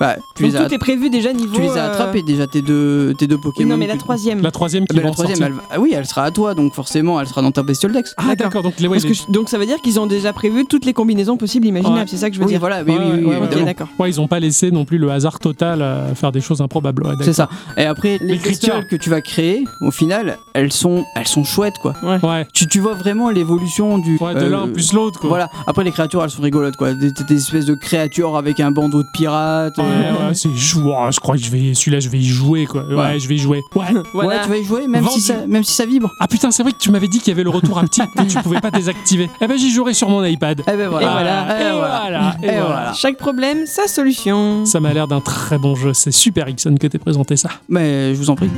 Bah, tu Donc les as tout est prévu déjà niveau. tu les as euh, attrapé déjà tes deux, tes deux Oui, Pokémon. non, mais la troisième. La troisième Ah qui bah, va la en sortir. troisième, elle va- ah oui, elle sera à toi, donc forcément, elle sera dans ta bestiole Dex. Ah d'accord, donc les, ouais, Parce les- que je- Donc ça veut dire qu'ils ont déjà prévu toutes les combinaisons possibles, imaginables. Ouais. C'est ça que je veux Oui, dire. voilà, oui, Ouais, oui, ouais, oui, ouais, Ok, évidemment. d'accord. ouais, ils ont pas laissé non plus le hasard total à faire des choses improbables. ouais, C'est d'accord. ça. Et après, les L'écriture. bestioles que tu vas créer, au final, elles sont, elles sont chouettes, quoi. Ouais, Tu, tu vois vraiment l'évolution du. ouais de euh, l'un plus l'autre quoi. Voilà. Après, les créatures, elles sont rigolotes, quoi. Des, des espèces de créatures avec un bandeau de pirates. euh, Ouais, ouais, c'est jou- oh, je crois que je vais celui-là je vais y jouer quoi. Ouais, Ouais. je vais y jouer. Ouais. Voilà. Ouais, tu vas y jouer, même Vendu. si, ça, même si ça vibre. Ah putain, c'est vrai que tu m'avais dit qu'il y avait le retour haptique que tu pouvais pas désactiver. Eh ben j'y jouerai sur mon iPad. Eh ben voilà. Et voilà. Et Et voilà. voilà. Chaque problème, sa solution. Ça m'a l'air d'un très bon jeu. C'est super Ixon que t'aies présenté ça. Mais je vous en prie.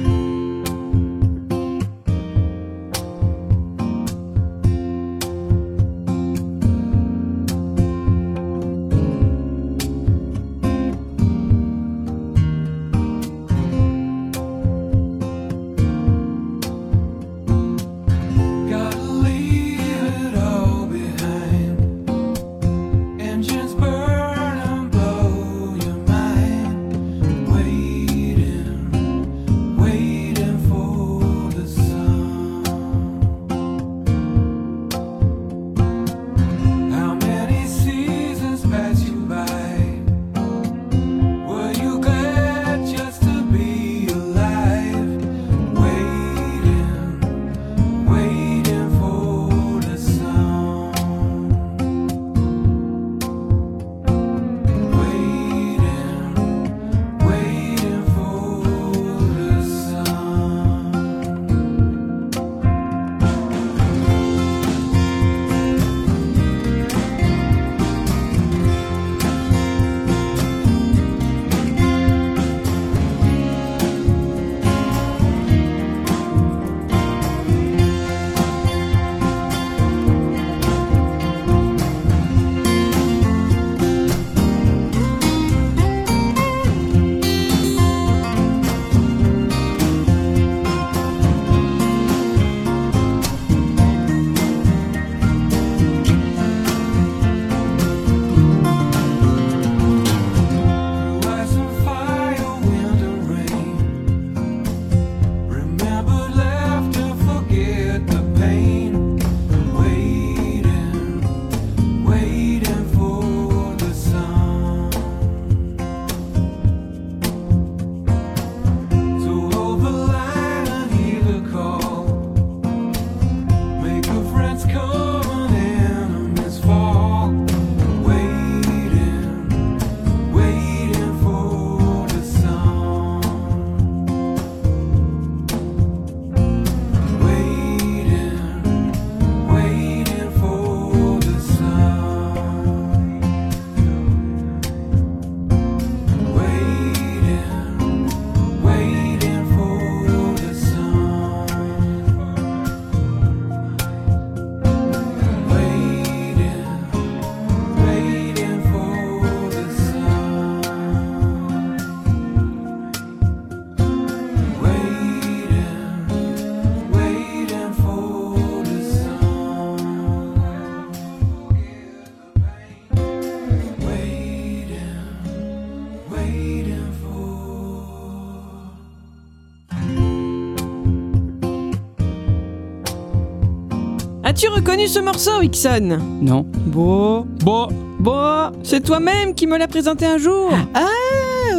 Gotta leave it all behind. Engines burn and blow your mind. Waiting, waiting for the sun. How many seasons pass you by? Were you glad just to be alive? Waiting. Waiting for the sound. Waiting, waiting for the sound. Come and enemies fall, waiting, Waiting for the sun. Waiting, waiting for the sun. Waiting, waiting for the sun. Waiting. Waiting for the sun. Waiting, waiting for the sun. Waiting, waiting for. As-tu reconnu ce morceau, Ixon Non. Bon. Bon, ah, Bon, c'est toi-même qui me l'as présenté un jour. Ah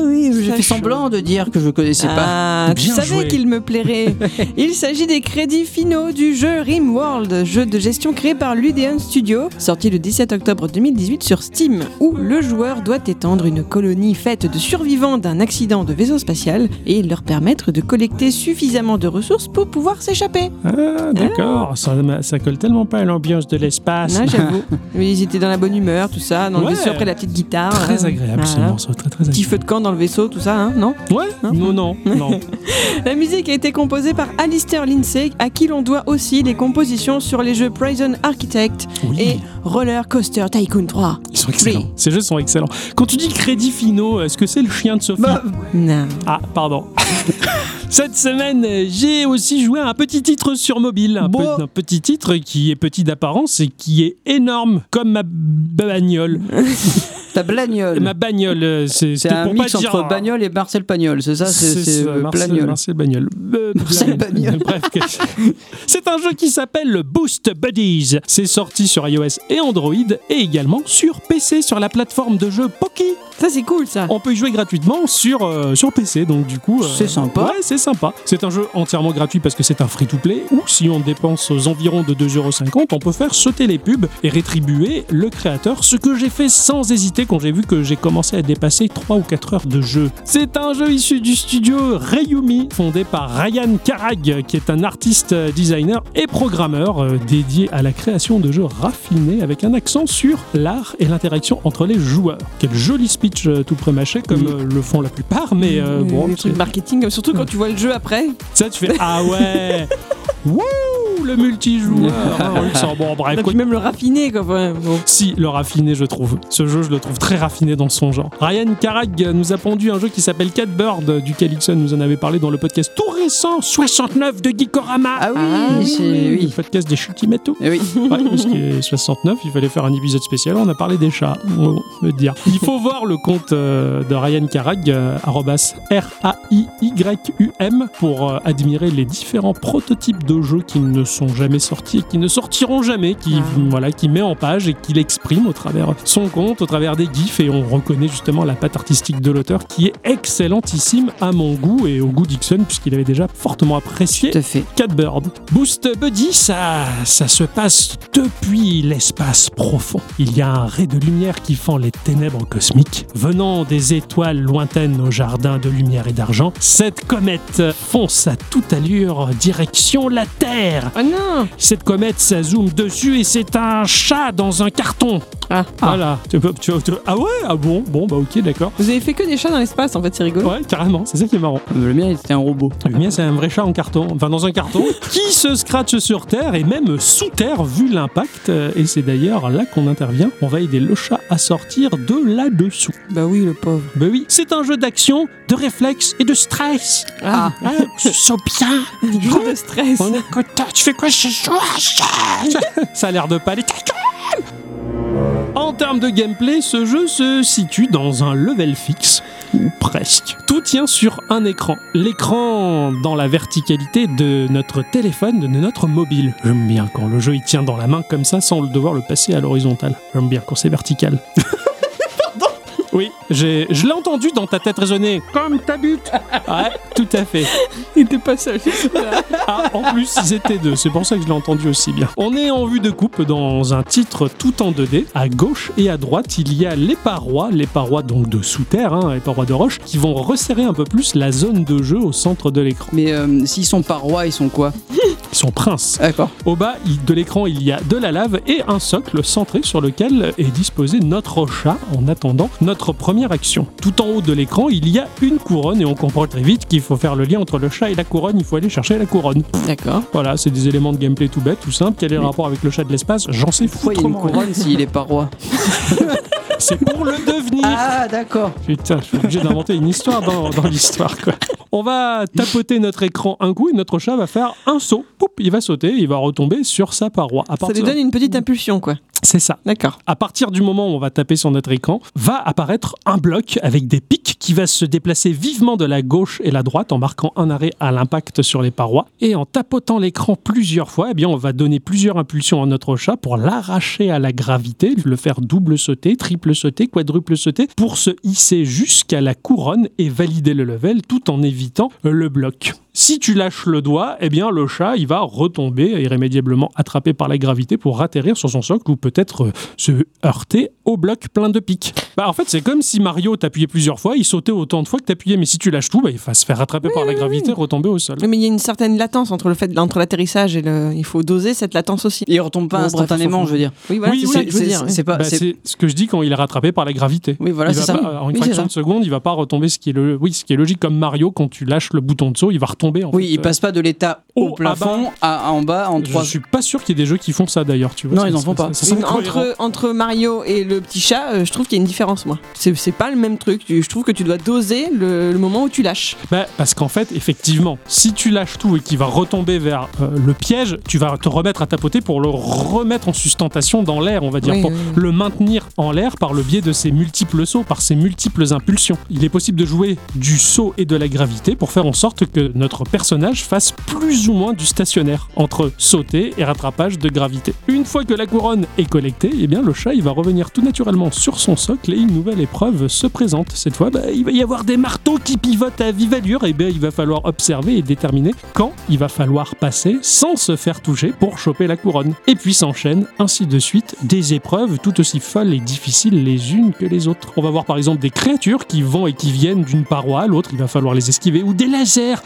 oui, j'ai Ça fait chaud. semblant de dire que je connaissais pas. Ah, tu Bien savais joué. qu'il me plairait. Il s'agit des crédits finaux du jeu RimWorld, jeu de gestion créé par Ludeon Studio, sorti le 17 octobre 2018 sur Steam, où le joueur doit étendre une colonie faite de survivants d'un accident de vaisseau spatial et leur permettre de collecter suffisamment de ressources pour pouvoir s'échapper. ah, d'accord. Ça, m'a- ça colle tellement pas à l'ambiance de l'espace. Ah, J'avoue. Oui, Ils étaient dans la bonne humeur, tout ça, dans le Ouais. vaisseau après la petite guitare. Très hein. agréable ce Voilà. morceau, très très Petit agréable. feu de camp dans le vaisseau, tout ça, hein, non Ouais, non, non, non. La musique a été composée par Alistair Lindsay, à qui l'on doit aussi des compositions sur les jeux Prison Architect Oui. et Roller Coaster Tycoon 3. Ils sont excellents. Ces jeux sont excellents. Quand tu dis crédit finaux, est-ce que c'est le chien de Sophie Non. Ah, pardon. Cette semaine, euh, j'ai aussi joué à un petit titre sur mobile. Un, Bon. pe- un petit titre qui est petit d'apparence et qui est énorme, comme ma bagnole. Ta blagnole. Ma bagnole, euh, c'est C'est c'était un pour mix pas dire- entre bagnole et Marcel Pagnol, c'est ça C'est c'est, ça, euh, Marcel, Plagnol. Marcel Bagnol. Euh, Marcel Blagnol. Bagnol. Bref, que- c'est un jeu qui s'appelle le Boost Buddies. C'est sorti sur iOS et Android et également sur PC sur la plateforme de jeu Poki. Ça, c'est cool, ça. On peut y jouer gratuitement sur, euh, sur PC, donc du coup. euh, C'est sympa. Ouais, c'est sympa. C'est un jeu entièrement gratuit parce que c'est un free-to-play, ou si on dépense aux environs de 2,50€, on peut faire sauter les pubs et rétribuer le créateur, ce que j'ai fait sans hésiter quand j'ai vu que j'ai commencé à dépasser 3 ou 4 heures de jeu. C'est un jeu issu du studio Rayumi, fondé par Ryan Karag, qui est un artiste euh, designer et programmeur euh, dédié à la création de jeux raffinés avec un accent sur l'art et l'interaction entre les joueurs. Quel joli speech euh, tout prémâché comme Oui. euh, le font la plupart, mais euh, Le- bon, le truc c'est- marketing, surtout quand tu vois le jeu après. ça, tu fais Ah ouais Wouh Le multijoueur Ah, on le sent. Bon, bref, On a quoi- pu même le raffiner, quoi. ouais, bon. Si, le raffiné, je trouve. Ce jeu, je le trouve très raffiné dans son genre. Ryan Karag nous a pondu un jeu qui s'appelle Catbird, duquel Ixon nous en avait parlé dans le podcast tout récent 69 de Geekorama. Ah oui, Ah c'est- Le oui. podcast des Chutimato. Eh oui. Ouais, parce que 69, il fallait faire un épisode spécial, on a parlé des chats, on va me dire. Il faut voir le compte euh, de Ryan Karag, euh, arrobas R-A-I-Y-U-M, pour euh, admirer les différents prototypes de jeux qui ne sont jamais sortis et qui ne sortiront jamais, qui, Ah. voilà, qui met en page et qui l'exprime au travers de son compte, au travers des gifs, et on reconnaît justement la patte artistique de l'auteur qui est excellentissime à mon goût et au goût d'Ixon, puisqu'il avait déjà fortement apprécié Tout à fait. Catbird. Boost Buddy, ça, ça se passe depuis l'espace profond. Il y a un ray de lumière qui fend les ténèbres cosmiques. Venant des étoiles lointaines au jardin de lumière et d'argent, cette comète fonce à toute allure direction la Terre. Oh non Cette comète, ça zoome dessus et c'est un chat dans un carton. Ah. Voilà. Tu peux- tu- tu- ah ouais Ah bon Bon, bah ok, d'accord. Vous avez fait que des chats dans l'espace, en fait, c'est rigolo. Ouais, carrément, c'est ça qui est marrant. Le mien, c'était un robot. Le mien, Eh c'est un vrai chat en carton, enfin dans un carton, qui se scratche sur Terre et même sous Terre, vu l'impact. Euh, Et c'est d'ailleurs là qu'on intervient. On va aider le chat à sortir de là-dessous. Bah oui, le pauvre. Ben oui, c'est un jeu d'action, de réflexe et de stress. Ah, Hein, tu te sens bien Jour de stress. On est content. Tu fais quoi ce soir Ça a l'air de pas aller. Ta gueule En termes de gameplay, ce jeu se situe dans un level fixe, ou presque. Tout tient sur un écran. L'écran dans la verticalité de notre téléphone, de notre mobile. J'aime bien quand le jeu il tient dans la main comme ça sans le devoir le passer à l'horizontale. J'aime bien quand c'est vertical. Oui, j'ai- je l'ai entendu dans ta tête résonner. Comme ta butte Ouais, tout à fait. Il était pas seul. Ah, en plus, ils étaient deux. C'est pour ça que je l'ai entendu aussi bien. On est en vue de coupe dans un titre tout en 2D. À gauche et à droite, il y a les parois, les parois donc de sous-terre, hein, les parois de roche, qui vont resserrer un peu plus la zone de jeu au centre de l'écran. mais euh, s'ils sont pas rois, ils sont quoi Ah, Ils sont princes. D'accord. Au bas il- de l'écran, il y a de la lave et un socle centré sur lequel est disposé notre chat en attendant notre première action. Tout en haut de l'écran, il y a une couronne et on comprend très vite qu'il faut faire le lien entre le chat et la couronne. Il faut aller chercher la couronne. D'accord. Voilà, c'est des éléments de gameplay tout bête, tout simple. Quel est le Oui. rapport avec le chat de l'espace J'en sais Pourquoi il y a une foutrement. rien. couronne s'il est pas roi C'est pour le devenir. Ah, d'accord. Putain, je suis obligé d'inventer une histoire dans, dans l'histoire, quoi. On va tapoter notre écran un coup et notre chat va faire un saut. Poup, il va sauter, il va retomber sur sa paroi. À Ça lui partir- donne une petite impulsion, quoi. C'est ça. D'accord. À partir du moment où on va taper sur notre écran, va apparaître un bloc avec des pics qui va se déplacer vivement de la gauche et la droite en marquant un arrêt à l'impact sur les parois. Et en tapotant l'écran plusieurs fois, eh bien, on va donner plusieurs impulsions à notre chat pour l'arracher à la gravité, le faire double sauter, triple sauter, quadruple sauter, pour se hisser jusqu'à la couronne et valider le level tout en évitant euh, le bloc. Si tu lâches le doigt, eh bien le chat, il va retomber irrémédiablement attrapé par la gravité pour atterrir sur son socle ou peut-être euh, se heurter au bloc plein de pics. Bah, en fait, c'est comme si Mario t'appuyait plusieurs fois, il sautait autant de fois que t'appuyais, mais si tu lâches tout, bah, il va se faire rattraper par la gravité, retomber au sol. Mais il y a une certaine latence entre le fait entre l'atterrissage et le. Il faut doser cette latence aussi. Il retombe pas Bon, bref, instantanément, ils sont je veux dire. Oui, voilà, Oui, c'est oui, ça que je veux C'est- dire. C'est pas. Bah, c'est- c'est ce que je dis quand il est rattrapé par la gravité. Oui, voilà, il c'est va ça. pas, euh, en une Oui, c'est fraction ça. de seconde, il va pas retomber, ce qui est, le... oui, ce qui est logique, comme Mario, quand tu lâches le bouton de saut, il va retomber. En Oui, fait. euh, ils passent pas de l'état Oh, au à plafond à, à en bas en Je trois. suis pas sûr qu'il y ait des jeux qui font ça d'ailleurs, tu vois. Non, Ça- ils en ça- font pas. ça- ça semble cohérent. entre, entre Mario et le petit chat, euh, je trouve qu'il y a une différence, moi. C'est c'est pas le même truc. Tu- Je trouve que tu dois doser le, le moment où tu lâches. Bah, parce qu'en fait, effectivement, si tu lâches tout et qu'il va retomber vers euh, le piège, tu vas te remettre à tapoter pour le remettre en sustentation dans l'air, on va dire, Oui, pour oui, oui. le maintenir en l'air par le biais de ses multiples sauts, par ses multiples impulsions. Il est possible de jouer du saut et de la gravité pour faire en sorte que notre personnage fasse plus ou moins du stationnaire entre sauter et rattrapage de gravité. Une fois que la couronne est collectée, eh bien le chat il va revenir tout naturellement sur son socle et une nouvelle épreuve se présente. Cette fois, bah, il va y avoir des marteaux qui pivotent à vive allure et bien il va falloir observer et déterminer quand il va falloir passer sans se faire toucher pour choper la couronne. Et puis s'enchaînent ainsi de suite des épreuves tout aussi folles et difficiles les unes que les autres. On va voir par exemple des créatures qui vont et qui viennent d'une paroi à l'autre, il va falloir les esquiver, ou des lasers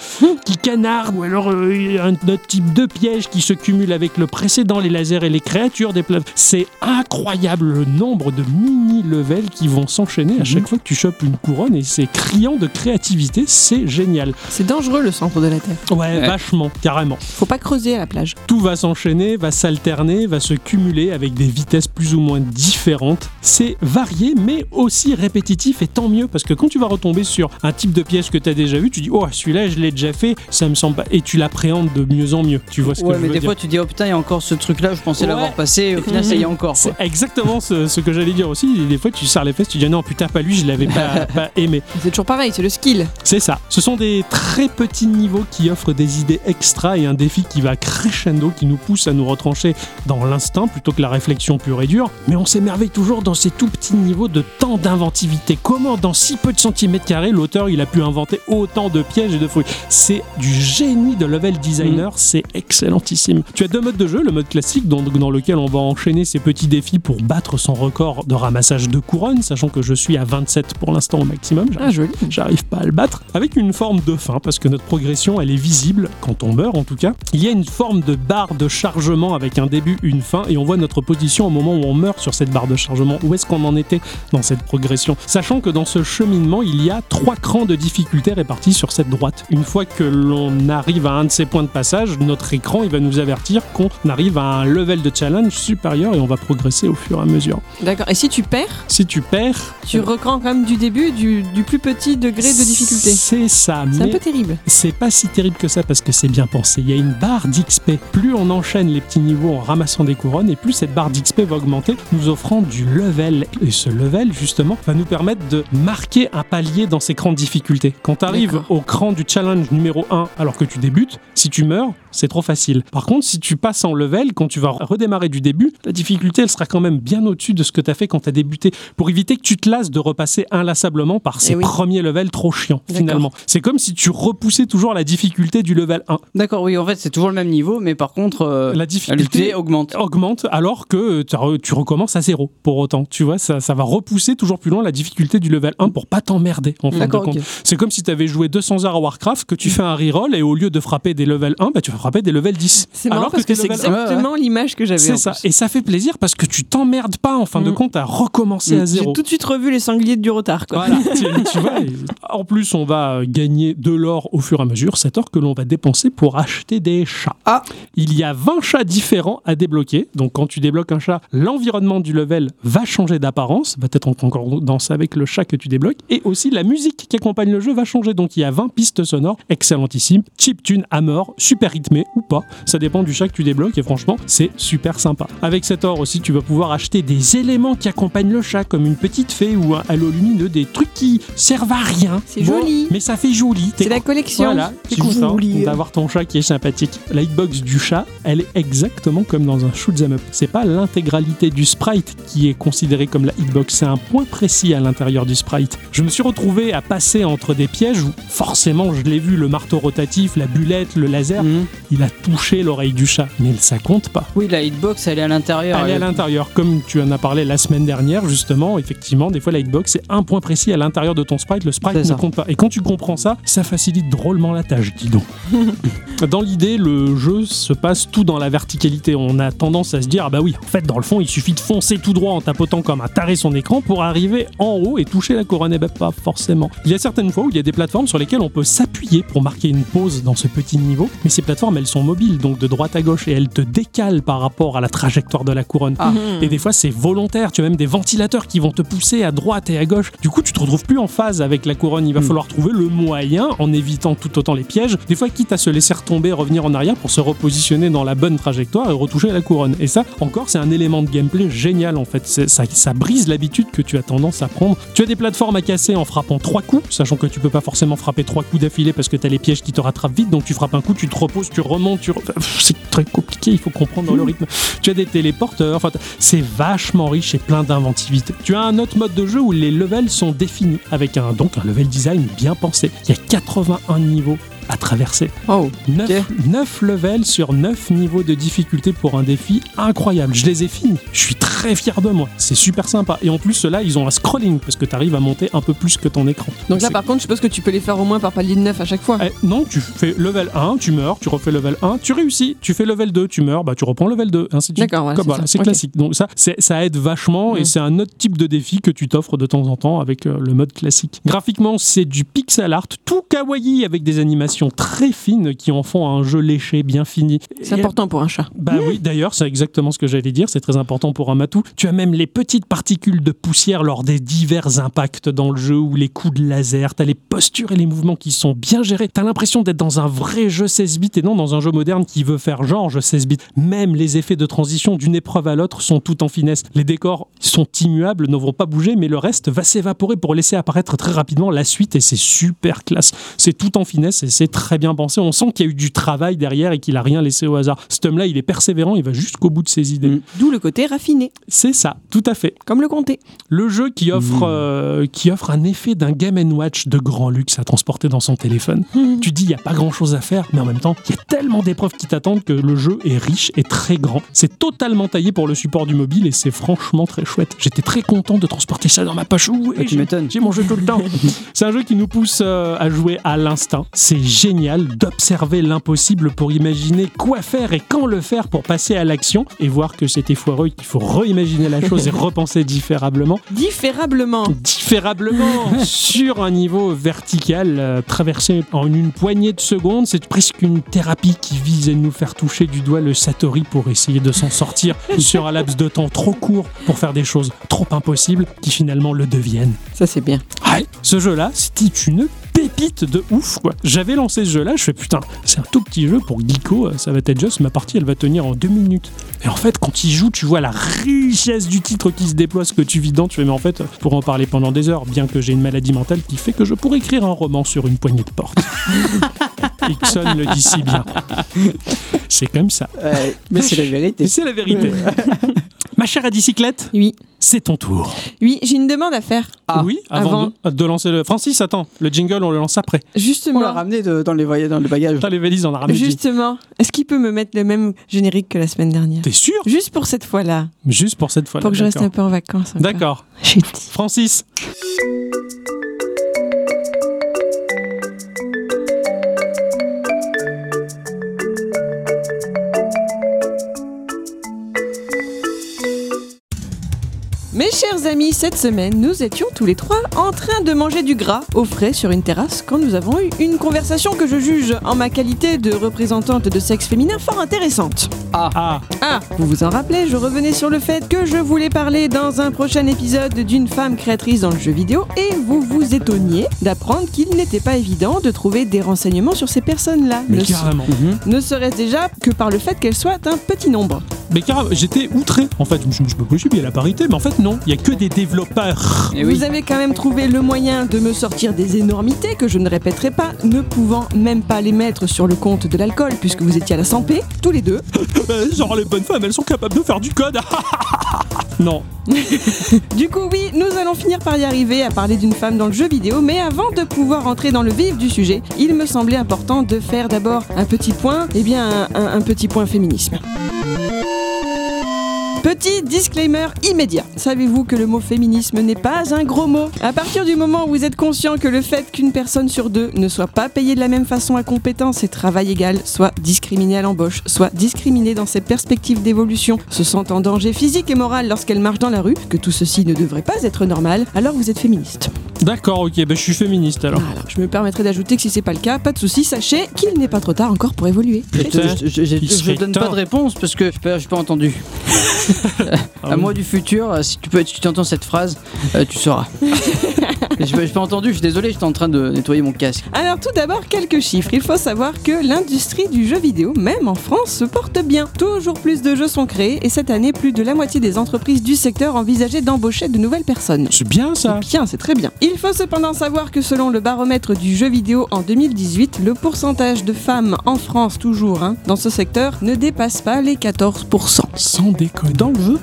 qui canardent, ou alors euh, un autre type de piège qui se cumule avec le précédent, les lasers et les créatures des plats. C'est incroyable le nombre de mini-levels qui vont s'enchaîner à chaque fois que tu chopes une couronne et c'est criant de créativité, c'est génial. C'est dangereux le centre de la Terre. Ouais, Ouais. vachement, carrément. Faut pas creuser à la plage. Tout va s'enchaîner, va s'alterner, va se cumuler avec des vitesses plus ou moins différentes. C'est varié mais aussi répétitif et tant mieux parce que quand tu vas retomber sur un type de piège que tu as déjà vu, tu dis oh celui-là je l'ai déjà fait, ça me semble pas et tu l'appréhendes de mieux en mieux. Tu vois ce ouais, que je mais veux des dire fois tu dis oh putain, il y a encore ce truc là, je pensais Ouais. l'avoir passé, au final Mhm. ça y est encore. quoi. C'est exactement ce, ce que j'allais dire aussi. Des fois, tu sers les fesses, tu dis non, putain, pas lui, je l'avais pas, pas aimé. C'est toujours pareil, c'est le skill. C'est ça. Ce sont des très petits niveaux qui offrent des idées extra et un défi qui va crescendo, qui nous pousse à nous retrancher dans l'instinct plutôt que la réflexion pure et dure. Mais on s'émerveille toujours dans ces tout petits niveaux de tant d'inventivité. Comment, dans si peu de centimètres carrés, l'auteur il a pu inventer autant de pièges et de fruits C'est du génie de level designer. C'est excellentissime. Tu as deux modes de jeu. Le mode classique, dans, dans lequel on va enchaîner ces petits défis pour battre son record de ramassage de couronnes, sachant que je suis à 27 pour l'instant au maximum. J'arrive Ah, joli. j'arrive pas à le battre, avec une forme de fin, parce que notre progression, elle est visible, quand on meurt en tout cas. Il y a une forme de barre de chargement avec un début, une fin, et on voit notre position au moment où on meurt sur cette barre de chargement. Où est-ce qu'on en était dans cette progression Sachant que dans ce cheminement, il y a trois crans de difficulté répartis sur cette droite. Une fois que l'on arrive à un de ces points de passage, notre écran, il va nous avertir qu'on arrive à un level de challenge supérieur et on va progresser au fur et à mesure. D'accord. Et si tu perds, Si tu perds... tu reprends quand même du début, du, du plus petit degré de difficulté. C'est ça, C'est un mais peu terrible. c'est pas si terrible que ça parce que c'est bien pensé. Il y a une barre d'XP. Plus on enchaîne les petits niveaux en ramassant des couronnes, et plus cette barre d'XP va augmenter, nous offrant du level. Et ce level, justement, va nous permettre de marquer un palier dans ces crans de difficulté. Quand tu arrives D'accord. au cran du challenge numéro 1 alors que tu débutes, si tu meurs, c'est trop facile. Par contre, si tu passes en level, quand tu vas redémarrer du début, la difficulté, elle sera quand même bien au-dessus de ce que tu as fait quand tu as débuté, pour éviter que tu te lasses de repasser inlassablement par ces Eh oui. premiers levels trop chiants, D'accord. finalement. C'est comme si tu repoussais toujours la difficulté du level 1. D'accord, oui, en fait c'est toujours le même niveau, mais par contre euh, La difficulté Oh. l'UT augmente. augmente alors que tu re- tu recommences à zéro pour autant. Tu vois, ça, ça va repousser toujours plus loin la difficulté du level 1 pour pas t'emmerder en fin de D'accord, compte. ok. C'est comme si tu avais joué 200 heures à Warcraft, que tu fais un reroll et au lieu de frapper des level 1, bah, tu vas frapper des level 10. C'est marrant parce que, t'es c'est level 1. exactement l'image que j'avais. en C'est ça. plus. Et ça fait plaisir parce que tu t'emmerdes pas en fin de Mm. compte à recommencer Mm. à J'ai zéro. tout de suite revu les sangliers du retard. Quoi. Voilà, tu, tu vois. et- En plus, on va gagner de l'or au fur et à mesure, cet or que l'on va dépenser pour acheter des chats. Ah. Il y a 20 chats différents à débloquer. Donc, quand tu débloques un chat, l'environnement du level va changer d'apparence, va être en concordance avec le chat que tu débloques. Et aussi, la musique qui accompagne le jeu va changer. Donc, il y a 20 pistes sonores, excellentissime, cheap tune à mort, super rythmé ou pas. Ça dépend du chat que tu débloques et franchement, c'est super sympa. Avec cet or aussi, tu vas pouvoir acheter des éléments qui accompagnent le chat, comme une petite fée ou un halo lumineux, des trucs qui servent à rien. C'est joli. Mais ça fait joli. T'es C'est la collection. voilà, C'est tu es content joli. d'avoir ton chat qui est sympathique. La hitbox du chat, elle est exactement comme dans un shoot 'em up. C'est pas l'intégralité du sprite qui est considérée comme la hitbox, c'est un point précis à l'intérieur du sprite. Je me suis retrouvé à passer entre des pièges où forcément je l'ai vu, le marteau rotatif, la bulette, le laser, Mhm. il a touché l'oreille du chat, mais ça compte pas. Oui, la hitbox elle est à l'intérieur. euh, Elle est à l'intérieur, comme tu en as parlé la semaine dernière, justement. Effectivement, des fois, la hitbox, c'est un point précis à l'intérieur de ton sprite. Le C'est sprite ne ça. compte pas. Et quand tu comprends ça, ça facilite drôlement la tâche, dis donc. dans l'idée, le jeu se passe tout dans la verticalité. On a tendance à se dire, ah bah oui, en fait, dans le fond, il suffit de foncer tout droit en tapotant comme un taré son écran pour Eh arriver en haut et toucher la couronne. Et ben, pas forcément. Il y a certaines fois où il y a des plateformes sur lesquelles on peut s'appuyer pour marquer une pause dans ce petit niveau. Mais ces plateformes, elles sont mobiles, donc de droite à gauche, et elles te décalent par rapport à la trajectoire de la couronne. Ah. Et des fois, c'est volontaire. Tu as même des ventilateurs qui vont te pousser à droite et à gauche. Du coup, tu te retrouves plus en phase avec la couronne. Il va Mm. falloir trouver le moyen, en évitant tout autant les pièges, des fois quitte à se laisser retomber, revenir en arrière pour se repositionner dans la bonne trajectoire et retoucher la couronne. Et ça, encore, c'est un élément de gameplay génial en fait. C'est- Ça, ça brise l'habitude que tu as tendance à prendre. Tu as des plateformes à casser en frappant trois coups, sachant que tu peux pas forcément frapper trois coups d'affilée parce que tu as les pièges qui te rattrapent vite. Donc tu frappes un coup, tu te reposes, tu remontes, tu. re- Pff, C'est très compliqué, il faut comprendre le rythme. Tu as des téléporteurs, enfin, c'est vachement riche et plein d'inventivité. Tu as un autre mode de jeu où les levels sont définis, avec un, donc un level design bien pensé. Il y a 81 niveaux à traverser. Oh. 9, Ok. levels sur 9 niveaux de difficulté pour un défi incroyable. Je les ai finis. Je suis très fier de moi. C'est super sympa. Et en plus, là, ils ont un scrolling parce que tu arrives à monter un peu plus que ton écran. Donc là, C'est- par contre, je suppose que tu peux les faire au moins par palier de 9 à chaque fois. eh, non, tu fais level 1, tu meurs, tu refais level 1, tu réussis. Tu fais level 2, tu meurs, bah tu reprends level 2, ainsi de suite. D'accord, voilà, Comme c'est ça. c'est Ok. classique. Donc ça, c'est- ça aide vachement et Mm. c'est un autre type de défi que tu t'offres de temps en temps avec euh, le mode classique. Graphiquement, c'est du pixel art tout kawaii avec des animations très fines qui en font un jeu léché, bien fini. C'est Et- important pour un chat. bah oui, d'ailleurs, c'est exactement ce que j'allais dire. C'est très important pour un matou. Tu as même les petites particules de poussière lors des divers impacts dans le jeu ou les coups de laser. T'as les postures et les mouvements qui sont bien gérés. T'as l'impression d'être dans un vrai jeu 16 bits et non dans un jeu moderne qui veut faire genre jeu 16 bits. Même les effets de transition d'une épreuve à l'autre sont tout en finesse. Les décors sont immuables, ne vont pas bouger, mais le reste va s'évaporer pour laisser apparaître très rapidement la suite et c'est super classe. C'est tout en finesse et c'est très bien pensé. On sent qu'il y a eu du travail derrière et qu'il a rien laissé au hasard. Cet homme-là, il est persévérant, il va jusqu'au bout de ses idées. Mm. D'où le côté raffiné, C'est ça, tout à fait. comme le comté. Le jeu qui offre, Mm. euh, qui offre un effet d'un Game Watch de grand luxe à transporter dans son téléphone. Mm. Tu dis, il n'y a pas grand-chose à faire, mais en même temps, il y a tellement d'épreuves qui t'attendent que le jeu est riche et très grand. C'est totalement taillé pour le support du mobile et c'est franchement très chouette. J'étais très content de transporter ça dans ma poche. Ouh, Bah, et tu j'ai- m'étonnes. j'ai mon jeu tout le temps. C'est un jeu qui nous pousse euh, à jouer à l'instinct. C'est génial d'observer l'impossible pour imaginer quoi faire et quand le faire pour passer à l'action et voir que c'était foireux et qu'il faut réimaginer la chose et repenser différemment Différablement. différablement sur un niveau vertical euh, traversé en une poignée de secondes. C'est presque une thérapie qui vise à nous faire toucher du doigt le Satori pour essayer de s'en sortir sur un laps de temps trop court pour faire des choses trop impossibles qui finalement le deviennent. Ça, c'est bien. Ouais, ce jeu-là, c'était une pépite de ouf, quoi. J'avais lancé ce jeu-là, je fais putain, c'est un tout petit jeu pour Geeko, euh, ça va être juste, ma partie, elle va tenir en deux minutes. Et en fait, quand il joue, tu vois la richesse du titre qui se déploie, ce que tu vis dedans, tu fais, mais en fait, pour en parler pendant des heures, bien que j'ai une maladie mentale qui fait que je pourrais écrire un roman sur une poignée de porte. Ixon le dit si bien. C'est comme ça. Ouais, Euh, mais c'est la vérité. Et c'est la vérité. Ma chère à bicyclette, Oui. c'est ton tour. Oui, j'ai une demande à faire. Ah, oui, avant, De, de lancer le. Francis, attends, le jingle, on le lance après. Oh On l'a Justement. ramené de- dans, les voyages, dans les bagages. Putain, les valises, on a ramené. Juste... Justement. Est-ce qu'il peut me mettre le même générique que la semaine dernière T'es sûr Juste pour cette fois-là. Juste pour cette fois. pour que je reste un peu en vacances. encore. D'accord. Chut. Francis, Mes chers amis, cette semaine, nous étions tous les trois en train de manger du gras au frais sur une terrasse quand nous avons eu une conversation que je juge, en ma qualité de représentante de sexe féminin, fort intéressante. ah, Ah, vous vous en rappelez, je revenais sur le fait que je voulais parler dans un prochain épisode d'une femme créatrice dans le jeu vidéo et vous vous étonniez d'apprendre qu'il n'était pas évident de trouver des renseignements sur ces personnes-là. mais Ne- carrément. Mhm. Ne serait-ce déjà que par le fait qu'elles soient un petit nombre. Mais carrément, j'étais outré. En fait, je me suis dit, je peux pas, je suis bien à la parité, mais en fait, non, il y a que des développeurs. Eh oui. Vous avez quand même trouvé le moyen de me sortir des énormités que je ne répéterai pas, ne pouvant même pas les mettre sur le compte de l'alcool puisque vous étiez à la santé, tous les deux. Euh, Genre, les bonnes femmes, elles sont capables de faire du code. non. Du coup, oui, nous allons finir par y arriver à parler d'une femme dans le jeu vidéo, mais avant de pouvoir entrer dans le vif du sujet, il me semblait important de faire d'abord un petit point, eh bien, un, un- un petit point féminisme. Petit disclaimer immédiat. Savez-vous que le mot féminisme n'est pas un gros mot À partir du moment où vous êtes conscient que le fait qu'une personne sur deux ne soit pas payée de la même façon à compétence et travail égal, soit discriminée à l'embauche, soit discriminée dans ses perspectives d'évolution, se sent en danger physique et moral lorsqu'elle marche dans la rue, que tout ceci ne devrait pas être normal, alors vous êtes féministe. D'accord, ok, bah, je suis féministe alors. Voilà, je me permettrai d'ajouter que si c'est pas le cas, pas de souci, sachez qu'il n'est pas trop tard encore pour évoluer. Putain. Je, je- je- Il je serait donne temps. pas de réponse parce que je pas, j'ai pas entendu. Ah à oui. moi du futur, euh, si tu peux, si tu t'entends cette phrase, euh, tu sauras. Je n'ai pas entendu, je suis désolé, j'étais en train de nettoyer mon casque. Alors tout d'abord quelques chiffres. Il faut savoir que l'industrie du jeu vidéo, même en France, se porte bien. Toujours plus de jeux sont créés et cette année, plus de la moitié des entreprises du secteur envisageaient d'embaucher de nouvelles personnes. C'est bien ça. C'est bien, c'est très bien. Il faut cependant savoir que selon le baromètre du jeu vidéo en 2018, le pourcentage de femmes en France, toujours, hein, dans ce secteur, ne dépasse pas les 14%. Sans déconner. Dans le jeu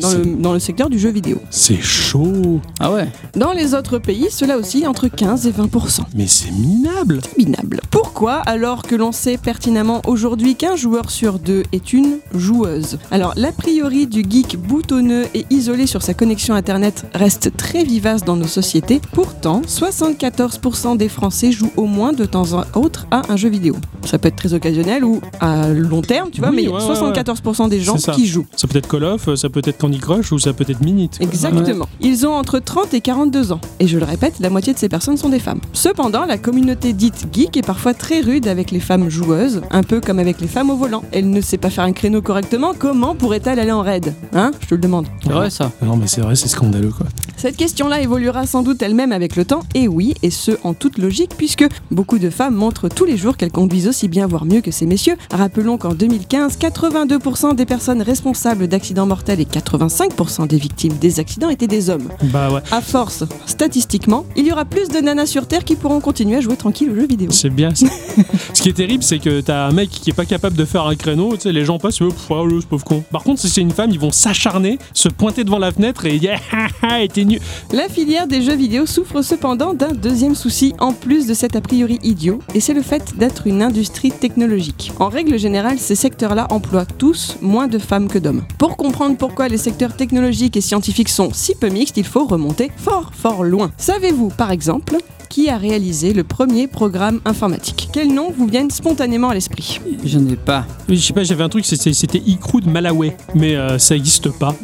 Dans le, dans le secteur du jeu vidéo. C'est chaud. Ah ouais Dans les autres pays, cela aussi entre 15 et 20%. Mais c'est minable. abominable. Pourquoi alors que l'on sait pertinemment aujourd'hui qu'un joueur sur deux est une joueuse Alors l'a priori du geek boutonneux et isolé sur sa connexion internet reste très vivace dans nos sociétés. Pourtant, 74% des Français jouent au moins de temps en autre à un jeu vidéo. Ça peut être très occasionnel ou à long terme, tu vois, Oui, mais il y ouais, ouais, a ouais. 74% des gens C'est ça. qui jouent. Ça peut être Call of, ça peut être Candy Crush ou ça peut être Minute. quoi. Ouais. Exactement. Ils ont entre 30 et 42 ans. Et je le répète, la moitié de ces personnes sont des femmes. Cependant, la communauté dite geek est parfois très rude avec les femmes joueuses, un peu comme avec les femmes au volant. Elle ne sait pas faire un créneau correctement, comment pourrait-elle aller en raid Hein Je te le demande. C'est vrai ça Non mais c'est vrai, c'est scandaleux quoi. Cette question-là évoluera sans doute elle-même avec le temps, et oui, et ce en toute logique, puisque beaucoup de femmes montrent tous les jours qu'elles conduisent aussi bien, voire mieux que ces messieurs. Rappelons qu'en 2015, 82% des personnes responsables d'accidents mortels et 85% des victimes des accidents étaient des hommes. Bah ouais, À force, statistiquement, il y aura plus de nanas sur Terre qui pourront continuer à jouer tranquille aux jeux vidéo. c'est bien ça. Ce qui est terrible, c'est que t'as un mec qui est pas capable de faire un créneau, tu sais, les gens passent, euh, pff, oh, le pauvre con. Par contre, si c'est une femme, ils vont s'acharner, se pointer devant la fenêtre et dire, ah ah, ah, t'es nu. La filière des jeux vidéo souffre cependant d'un deuxième souci en plus de cet a priori idiot, et c'est le fait d'être une industrie technologique. En règle générale, ces secteurs-là emploient tous moins de femmes que d'hommes. Pour comprendre pourquoi les secteurs technologiques et scientifiques sont si peu mixtes, il faut remonter fort fort loin. Savez-vous, par exemple, qui a réalisé le premier programme informatique Quel nom vous vienne spontanément à l'esprit Je n'ai pas. Je sais pas, j'avais un truc, c'était c'était Icrou de Malawi, mais euh, ça existe pas.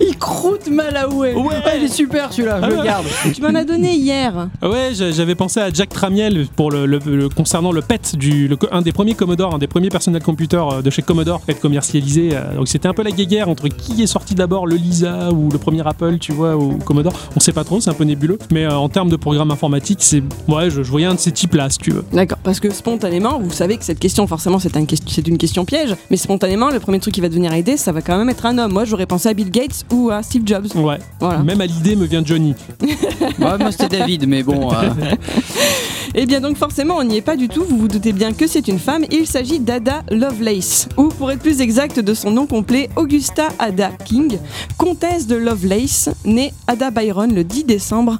Il croûte Malaoué Ouais, Il est super celui-là, je Ah le ouais. garde Tu m'en as donné hier. Ah Ouais, j'a- j'avais pensé à Jack Tramiel pour le, le- le- concernant le PET, du, le co- un des premiers Commodore, un des premiers personnel computer euh, de chez Commodore à être commercialisé. euh, donc c'était un peu la guéguerre entre qui est sorti d'abord, le Lisa ou le premier Apple, tu vois, ou Commodore. On sait pas trop, c'est un peu nébuleux. Mais euh, en termes de programme informatique, c'est ouais, je, je voyais un de ces types-là, si tu veux. D'accord, parce que spontanément, vous savez que cette question, forcément, c'est un ques- c'est une question piège, mais spontanément, le premier truc qui va devenir aider, ça va quand même être un homme. Moi, j'aurais pensé à Bill Gates ou à Steve Jobs. Ouais. Voilà. Même à l'idée me vient Johnny. Ouais, Moi c'était David, mais bon... euh, Et Eh bien donc, forcément, on n'y est pas du tout. Vous vous doutez bien que c'est une femme. Il s'agit d'Ada Lovelace, ou pour être plus exact de son nom complet, Augusta Ada King, comtesse de Lovelace, née Ada Byron le 10 décembre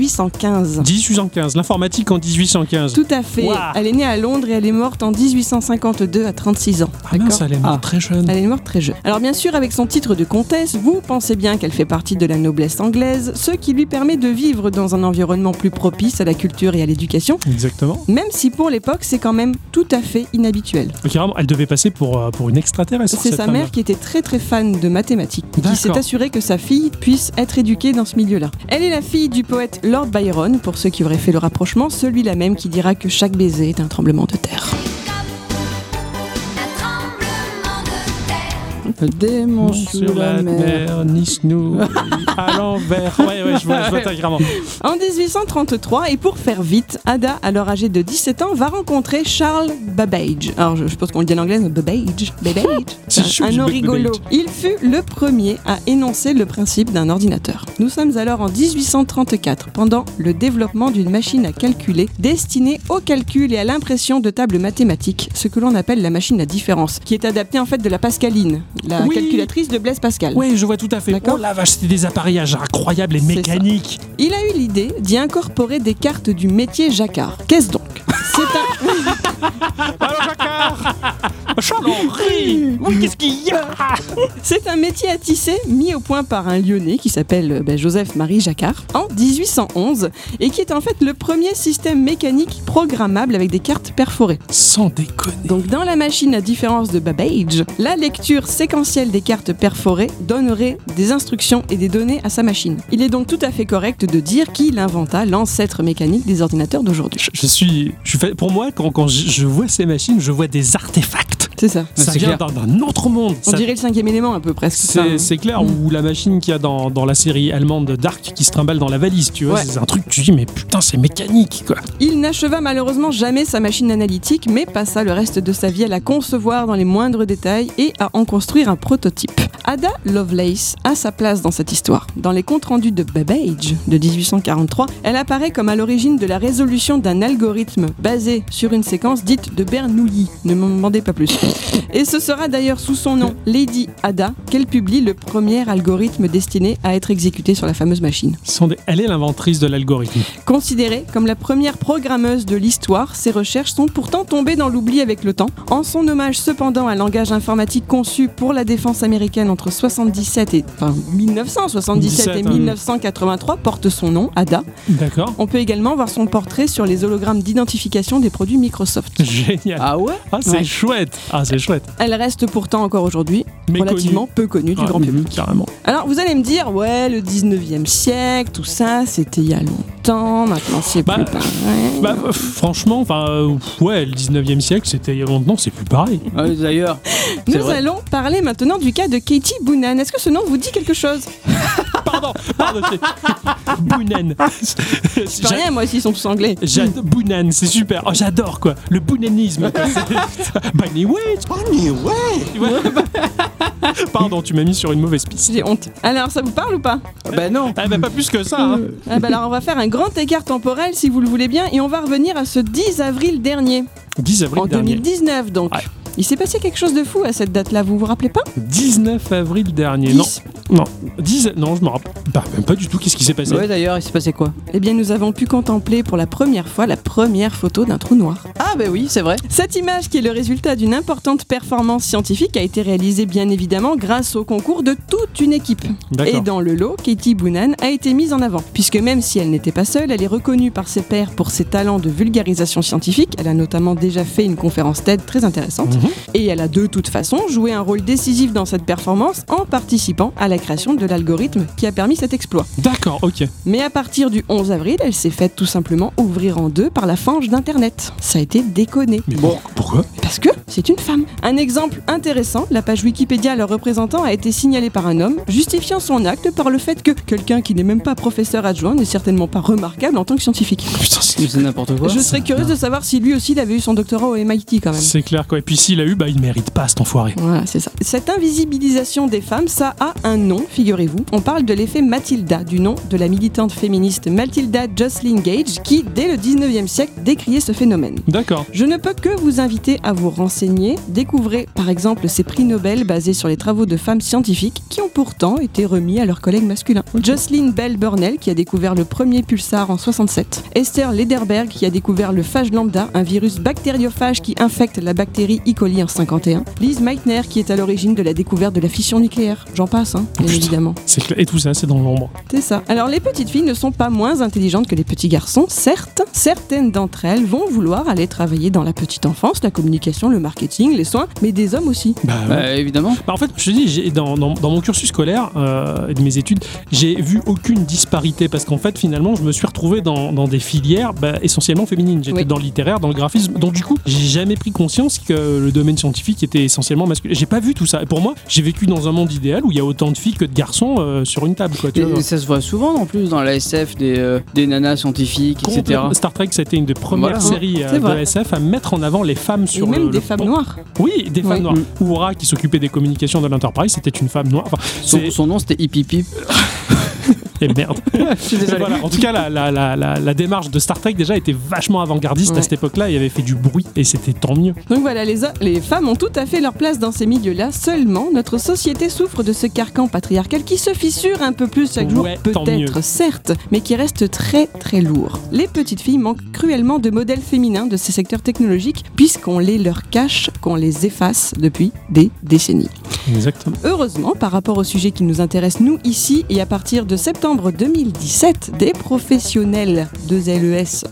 1815. 1815, l'informatique en 1815. Tout à fait. Wow. Elle est née à Londres et elle est morte en 1852 à 36 ans. Ah mince, D'accord elle est morte Ah. très jeune. Elle est morte très jeune. Alors bien sûr, avec son titre de comtesse, vous pensez bien qu'elle fait partie de la noblesse anglaise, ce qui lui permet de vivre dans un environnement plus propice à la culture et à l'éducation, Exactement. même si pour l'époque c'est quand même tout à fait inhabituel. Et carrément, elle devait passer pour, euh, pour une extraterrestre. C'est cette sa femme-là. mère qui était très très fan de mathématiques, et qui D'accord. s'est assurée que sa fille puisse être éduquée dans ce milieu-là. Elle est la fille du poète Lord Byron, pour ceux qui auraient fait le rapprochement, celui-là même qui dira que chaque baiser est un tremblement de terre. Démon sur la mer, nice nous à l'envers. Ouais, ouais, je vois, je vois ta grammaire. En 1833, et pour faire vite, Ada, alors âgée de 17 ans, va rencontrer Charles Babbage. Alors je, je pense qu'on le dit en anglais, mais Babbage. Babbage. C'est chou, un je nom dis Babbage. rigolo. Il fut le premier à énoncer le principe d'un ordinateur. Nous sommes alors en 1834, pendant le développement d'une machine à calculer destinée au calcul et à l'impression de tables mathématiques, ce que l'on appelle la machine à différence, qui est adaptée en fait de la Pascaline, la Oui. calculatrice de Blaise Pascal. Ouais, je vois tout à fait. D'accord. Oh la vache, c'était des appareillages incroyables et C'est ça. mécaniques. Il a eu l'idée d'y incorporer des cartes du métier jacquard. Qu'est-ce donc C'est un... Charles Henry Oui, qu'est-ce qu'il y a C'est un métier à tisser mis au point par un Lyonnais qui s'appelle euh, ben, Joseph-Marie Jacquard en 1811 et qui est en fait le premier système mécanique programmable avec des cartes perforées. Sans déconner. Donc dans la machine, à différence de Babbage, la lecture séquentielle des cartes perforées donnerait des instructions et des données à sa machine. Il est donc tout à fait correct de dire qu'il inventa l'ancêtre mécanique des ordinateurs d'aujourd'hui. Je, je suis, je suis fa- Pour moi, quand, quand je, je vois ces machines, je vois des artefacts. C'est ça. Ça c'est vient clair. d'un- d'un autre monde. On Ça- dirait le cinquième élément un peu presque. C'est Enfin, c'est clair, ou la machine qu'il y a dans, dans la série allemande Dark qui se trimballe dans la valise, tu vois. Ouais. C'est un truc, tu dis, mais putain, c'est mécanique, quoi. Il n'acheva malheureusement jamais sa machine analytique, mais passa le reste de sa vie à la concevoir dans les moindres détails et à en construire un prototype. Ada Lovelace a sa place dans cette histoire. Dans les comptes rendus de Babbage de 1843, elle apparaît comme à l'origine de la résolution d'un algorithme basé sur une séquence dite de Bernoulli. Ne m'en demandez pas plus. Et ce sera d'ailleurs sous son nom, Lady Ada, qu'elle publie le premier algorithme destiné à être exécuté sur la fameuse machine. Ce sont des- Elle est l'inventrice de l'algorithme. Considérée comme la première programmeuse de l'histoire, ses recherches sont pourtant tombées dans l'oubli avec le temps. En son hommage cependant à un langage informatique conçu pour la défense américaine entre 77 et enfin, 1977 et hein. 1983 porte son nom, Ada. D'accord On peut également voir son portrait sur les hologrammes d'identification des produits Microsoft. Génial. Ah ouais Ah, c'est Ouais. chouette. Ah, c'est chouette. Elle reste pourtant encore aujourd'hui Mais relativement peu connue du connu. grand Ah, public. Carrément. Alors vous allez me dire, ouais, le 19e siècle, tout ça, c'était il y a longtemps, maintenant c'est Bah, plus pareil. Bah, euh, franchement, enfin, euh, ouais, le 19e siècle, c'était il y a longtemps, c'est plus pareil. Ah oui, D'ailleurs, c'est Nous vrai. allons parler maintenant du cas de Katie Boonan. Est-ce que ce nom vous dit quelque chose Pardon, pardon, c'est- Boonan. Je sais J'a- rien, moi, s'ils sont tous anglais. J'adore Boonan, c'est super. Oh, j'adore quoi, le boonanisme. quoi. C'est- Bunny Witch. Tu vois Pardon, tu m'as mis sur une mauvaise piste. J'ai honte. Alors, ça vous parle ou pas Bah non Ah bah pas plus que ça. hein. ah bah Alors, on va faire un grand écart temporel, si vous le voulez bien, et on va revenir à ce 10 avril dernier, 10 avril en dernier. 2019 donc. Ouais. Il s'est passé quelque chose de fou à cette date-là, vous vous rappelez pas 19 avril dernier. Non, 10. non. 10 Non, je me rappelle bah, même pas du tout. Qu'est-ce qui s'est passé Ouais d'ailleurs, il s'est passé quoi Eh bien, nous avons pu contempler pour la première fois la première photo d'un trou noir. Ah bah oui, c'est vrai. Cette image, qui est le résultat d'une importante performance scientifique, a été réalisée bien évidemment grâce au concours de toute une équipe. Et D'accord. dans le lot, Katie Boonan a été mise en avant, puisque même si elle n'était pas seule, elle est reconnue par ses pairs pour ses talents de vulgarisation scientifique. Elle a notamment déjà fait une conférence TED très intéressante. Mhm. Et elle a de toute façon joué un rôle décisif dans cette performance en participant à la création de l'algorithme qui a permis cet exploit. D'accord, ok. Mais à partir du 11 avril, elle s'est faite tout simplement ouvrir en deux par la fange d'Internet. Ça a été déconné. Mais bon, pourquoi Parce que c'est une femme. Un exemple intéressant, la page Wikipédia leur représentant a été signalée par un homme, justifiant son acte par le fait que quelqu'un qui n'est même pas professeur adjoint n'est certainement pas remarquable en tant que scientifique. Putain, c'est Mais c'est n'importe quoi. Je serais curieuse de savoir si lui aussi il avait eu son doctorat au MIT quand même. C'est clair quoi. Et puis s'il a eu, bah il mérite pas cet enfoiré. Voilà, c'est ça. Cette invisibilisation des femmes, ça a un nom, figurez-vous. On parle de l'effet Matilda, du nom de la militante féministe Matilda Jocelyn Gage, qui, dès le 19e siècle, décriait ce phénomène. D'accord. Je ne peux que vous inviter à vous renseigner. Découvrez par exemple ces prix Nobel basés sur les travaux de femmes scientifiques qui ont pourtant été remis à leurs collègues masculins. Jocelyn Bell Burnell qui a découvert le premier pulsar en 67. Esther Lederberg qui a découvert le phage lambda, un virus bactériophage qui infecte la bactérie E. coli en 51. Liz Meitner qui est à l'origine de la découverte de la fission nucléaire. J'en passe, hein, bien Putain. évidemment. C'est clair. Et tout ça, c'est dans l'ombre. C'est ça. Alors les petites filles ne sont pas moins intelligentes que les petits garçons, certes. Certaines d'entre elles vont vouloir aller travailler dans la petite enfance, la communication, le marketing, les soins, mais des hommes aussi. Bah, ouais. Bah évidemment. Bah, en fait, je te dis, j'ai- dans, dans- dans mon cursus scolaire euh, et de mes études, j'ai vu aucune disparité parce qu'en fait, finalement, je me suis retrouvé dans, dans des filières bah, essentiellement féminines. J'étais Oui. dans le littéraire, dans le graphisme. Donc, du coup, j'ai jamais pris conscience que le domaine scientifique était essentiellement masculin. J'ai pas vu tout ça. Et pour moi, j'ai vécu dans un monde idéal où il y a autant de filles que de garçons euh, sur une table. Quoi, tu vois. Et ça se voit souvent en plus dans la SF des, euh, des nanas scientifiques, etc. Complètement. Star Trek, ça a été une des premières Voilà. séries euh, C'est de vrai. SF à mettre en avant les femmes sur et même le- des le femmes pont. noires. Oui, des femmes Oui. noires. Oura, qui s'occupait des communications de l'Enterprise, c'était une femme noire. Enfin, Son, c'est- son nom c'était Hippie Pip. Et merde. Mais voilà, En tout ben, cas, la, la, la, la, la démarche de Star Trek déjà était vachement avant-gardiste à Ouais. cette époque-là. Il avait fait du bruit et c'était tant mieux. Donc voilà, les, o- les femmes ont tout à fait leur place dans ces milieux-là. Seulement, notre société souffre de ce carcan patriarcal qui se fissure un peu plus chaque jour, Ouais, tant mieux. peut-être, certes, mais qui reste très très lourd. Les petites filles manquent cruellement de modèles féminins de ces secteurs technologiques, puisqu'on les leur cache, qu'on les efface depuis des décennies. Exactement. Heureusement, par rapport au sujet qui nous intéresse nous ici, et à partir de septembre 2017, des professionnels de LES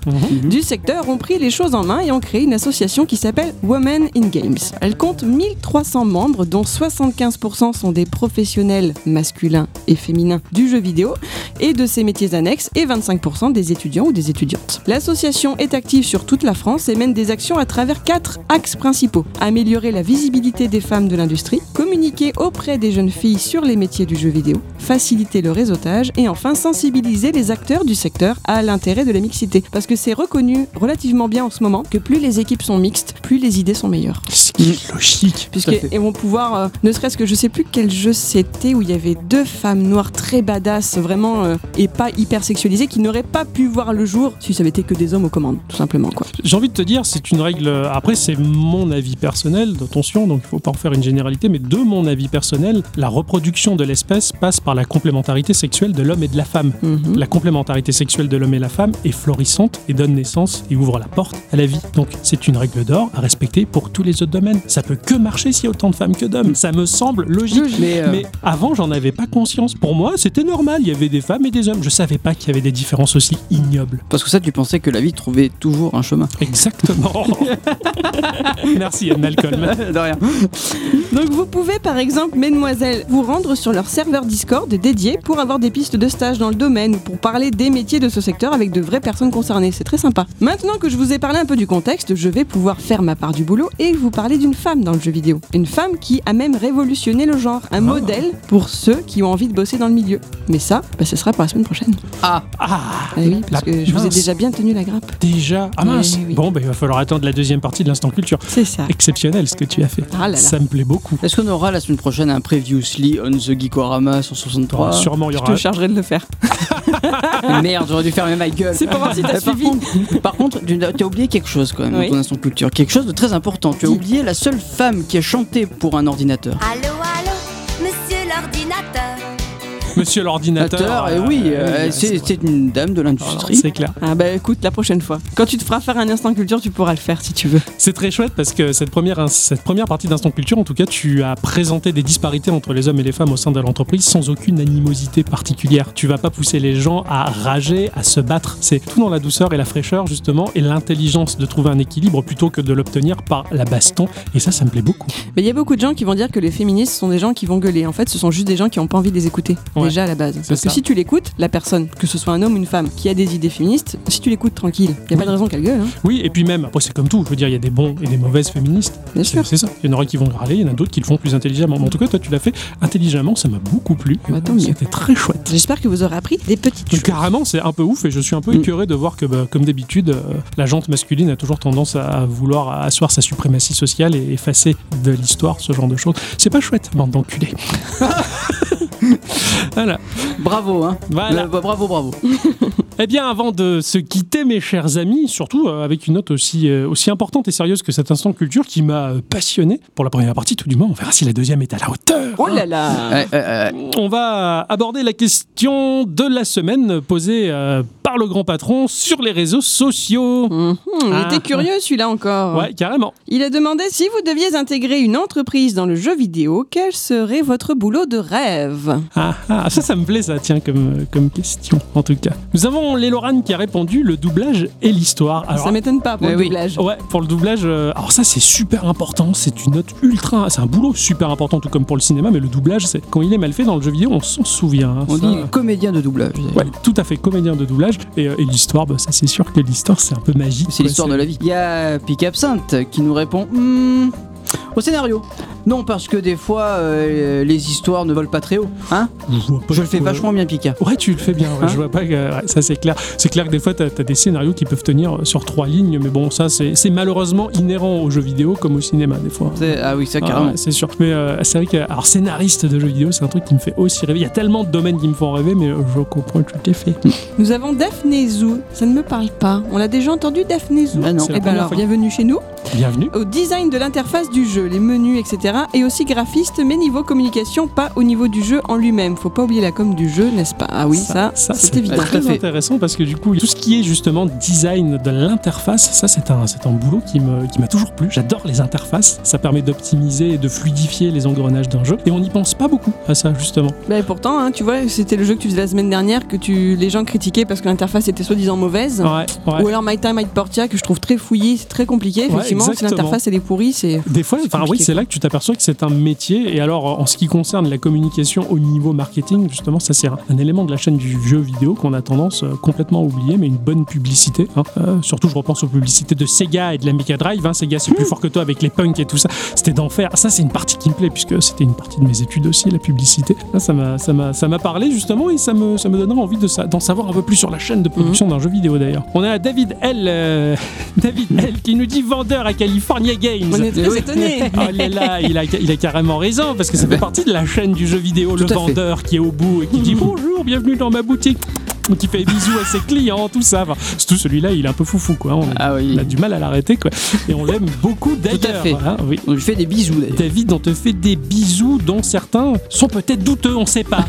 du secteur ont pris les choses en main et ont créé une association qui s'appelle Women in Games. Elle compte 1300 membres, dont 75% sont des professionnels masculins et féminins du jeu vidéo et de ses métiers annexes et 25% des étudiants ou des étudiantes. L'association est active sur toute la France et mène des actions à travers quatre axes principaux. Améliorer la visibilité des femmes de l'industrie, communiquer auprès des jeunes filles sur les métiers du jeu vidéo, faciliter le réseautage et enfin sensibiliser les acteurs du secteur à l'intérêt de la mixité. Parce que c'est reconnu relativement bien en ce moment que plus les équipes sont mixtes, plus les idées sont meilleures. Ce qui est logique. Tout à Puisque fait. et vont pouvoir, euh, ne serait-ce que je sais plus quel jeu c'était où il y avait deux femmes noires très badass, vraiment euh, et pas hyper sexualisées, qui n'auraient pas pu voir le jour si ça avait été que des hommes aux commandes, tout simplement quoi. J'ai envie de te dire, c'est une règle. Après, c'est mon avis personnel, attention, donc il faut pas en faire une généralité, mais de mon avis personnel, la reproduction de l'espèce passe par la complémentarité sexuelle de l'homme et de la femme. La complémentarité sexuelle de l'homme et la femme est florissante et donne naissance et ouvre la porte à la vie. Donc c'est une règle d'or à respecter pour tous les autres domaines. Ça peut que marcher s'il y a autant de femmes que d'hommes. Ça me semble logique. Mais, euh, Mais avant, j'en avais pas conscience. Pour moi, c'était normal. Il y avait des femmes et des hommes. Je savais pas qu'il y avait des différences aussi ignobles. Parce que ça, tu pensais que la vie trouvait toujours un chemin. Exactement. Merci, Anne Malcolm. de rien. Donc vous pouvez par exemple, mesdemoiselles, vous rendre sur leur serveur Discord dédié pour avoir des pistes de stage dans le domaine ou pour parler des métiers de ce secteur avec de vraies personnes concernées. C'est très sympa. Maintenant que je vous ai parlé un peu du contexte, je vais pouvoir faire ma part du boulot et vous parler d'une femme dans le jeu vidéo. Une femme qui a même révolutionné le genre. Un modèle pour ceux qui ont envie de bosser dans le milieu. Mais ça, bah, ce sera pour la semaine prochaine. Ah, Ah oui, parce La- que je vous ai mince. déjà bien tenu la grappe. déjà. Ah mince. Oui, oui. Bon, ben, il va falloir attendre la deuxième partie de l'instant culture. C'est ça. Exceptionnel ce que tu as fait. Ah là là. Ça me plaît beaucoup. Est-ce qu'on aura la semaine prochaine un Previously on the Geekorama 163 Sûrement, il y Je aura te chargerai de le faire. Ah, Merde, j'aurais dû fermer ma gueule. C'est pour voir si t'as Euh, par suivi. contre- Par contre, tu as oublié quelque chose quand même Oui. dans ton instant culture. Quelque chose de très important. Tu as Dis. oublié la seule femme qui a chanté pour un ordinateur. Allô, allô, monsieur l'ordinateur. Monsieur l'ordinateur. Ordinateur, et oui, euh, euh, oui, c'est c'est- c'est une dame de Alors, l'industrie. C'est clair. Ah bah écoute, la prochaine fois. Quand tu te feras faire un instant culture, tu pourras le faire si tu veux. C'est très chouette parce que cette première, hein, cette première partie d'Instant Culture, en tout cas, tu as présenté des disparités entre les hommes et les femmes au sein de l'entreprise sans aucune animosité particulière. Tu vas pas pousser les gens à rager, à se battre. C'est tout dans la douceur et la fraîcheur, justement, et l'intelligence de trouver un équilibre plutôt que de l'obtenir par la baston. Et ça, ça me plaît beaucoup. Mais il y a beaucoup de gens qui vont dire que les féministes sont des gens qui vont gueuler. En fait, ce sont juste des gens qui n'ont pas envie de les écouter, Ouais. déjà à la base. Parce ça. que si tu l'écoutes, la personne, que ce soit un homme ou une femme, qui a des idées féministes, si tu l'écoutes tranquille, il n'y a pas de raison qu'elle gueule. hein. Oui, et puis même, après, c'est comme tout. Je veux dire, il y a des bons et des mauvaises féministes. Bien C'est sûr. c'est ça. Il y en aura qui vont râler, il y en a d'autres qui le font plus intelligemment. Mais en tout cas, toi, tu l'as fait intelligemment. Ça m'a beaucoup plu. Bah, tant mieux. C'était très chouette. J'espère que vous aurez appris des petites Donc, choses. carrément, c'est un peu ouf et je suis un peu Mm. écœuré de voir que, bah, comme d'habitude, euh, la jante masculine a toujours tendance à, à vouloir asseoir sa suprématie sociale et effacer de l'histoire ce genre de choses. C'est pas chouette, bande d'enculés. voilà. Bravo, hein. voilà. Euh, bah, bravo, bravo. Eh bien, avant de se quitter, mes chers amis, surtout euh, avec une note aussi, euh, aussi importante et sérieuse que cet instant culture qui m'a euh, passionné, pour la première partie tout du moins, on verra si la deuxième est à la hauteur. Oh là là Ouais, ouais, ouais. On va aborder la question de la semaine posée euh, par le grand patron sur les réseaux sociaux. Mhm, il Ah. était curieux celui-là encore. Ouais, carrément. Il a demandé si vous deviez intégrer une entreprise dans le jeu vidéo, quel serait votre boulot de rêve Ah, ah, ça, ça me plaît, ça, tiens, comme, comme question, en tout cas. Nous avons Lorane qui a répondu le doublage et l'histoire. Alors, Ça m'étonne pas pour Eh le oui. doublage. Ouais, pour le doublage, euh, alors ça c'est super important, c'est une note ultra, c'est un boulot super important tout comme pour le cinéma, mais le doublage, c'est quand il est mal fait dans le jeu vidéo, on s'en souvient. hein, On ça. dit comédien de doublage. Ouais, tout à fait comédien de doublage et, euh, et l'histoire, bah, ça c'est sûr que l'histoire c'est un peu magique. C'est l'histoire de la vie. Il y a Pic Absinthe qui nous répond hmm, au scénario. Non, parce que des fois, euh, les histoires ne volent pas très haut. Hein Je, vois pas Je le fais pourquoi- vachement bien, Pika. Ouais, tu le fais bien. ouais, Hein je vois pas que ouais, ça c'est clair. C'est clair que des fois t'as as des scénarios qui peuvent tenir euh, sur trois lignes, mais bon, ça c'est c'est malheureusement inhérent aux jeux vidéo comme au cinéma des fois. C'est- Ah oui, ça, Ah carrément. ouais, c'est sûr. Mais euh, c'est vrai que alors scénariste de jeux vidéo, c'est un truc qui me fait aussi rêver. Il y a tellement de domaines qui me font rêver, mais euh, je comprends tout à fait. Nous avons Daphné Zou. Ça ne me parle pas. On l'a déjà entendu, Daphné Zou Ah non. C'est la Eh ben première alors, fois. bienvenue chez nous. Bienvenue. Au design de l'interface du jeu, les menus, etc. Et aussi graphiste, mais niveau communication, pas au niveau du jeu en lui-même. Faut pas oublier la com du jeu, n'est-ce pas Ah oui, ça, c'est évident. Tout à très fait. intéressant parce que du coup, tout ce qui est justement design de l'interface, ça c'est un, c'est un boulot qui me- qui m'a toujours plu. J'adore les interfaces, ça permet d'optimiser et de fluidifier les engrenages d'un jeu. Et on n'y pense pas beaucoup à ça justement. Bah, et pourtant, hein, tu vois, c'était le jeu que tu faisais la semaine dernière que tu, les gens critiquaient parce que l'interface était soi-disant mauvaise. Ouais, Ah, ouais. Ou alors My Time, My Portia, que je trouve très fouillé, c'est très compliqué. Ouais, Effectivement, si exactement. l'interface elle est pourrie, c'est. Des fois, C'est enfin oui, compliqué, c'est là que tu t'aperçois que c'est un métier. Et alors, en ce qui concerne la communication au niveau marketing, justement, ça c'est un, un élément de la chaîne du jeu vidéo qu'on a tendance euh, complètement à oublier, mais une bonne publicité. hein. Euh, surtout, je repense aux publicités de Sega et de la Mega Drive. hein. Sega, c'est plus fort que toi avec les punks et tout ça. C'était d'enfer. Ça, c'est une partie qui me plaît puisque c'était une partie de mes études aussi, la publicité. Là, ça m'a, ça m'a, ça m'a parlé justement et ça me, ça me donnera envie de ça, d'en savoir un peu plus sur la chaîne de production Mhm. d'un jeu vidéo d'ailleurs. On a David L, euh, David L qui nous dit vendeur à California Games. On est très oui. étonnés. Oh là là, il a, il a carrément raison, parce que ça fait Ben. partie de la chaîne du jeu vidéo, le à fait. vendeur qui est au bout et qui dit bonjour, bienvenue dans ma boutique, qui fait bisous à ses clients, tout ça. Enfin, surtout celui-là, il est un peu foufou, quoi. On a, Ah oui. on a du mal à l'arrêter, quoi. Et on l'aime beaucoup d'ailleurs. fait. hein, oui. On lui fait des bisous, d'ailleurs. David, on te fait des bisous dont certains sont peut-être douteux, on sait Ah pas.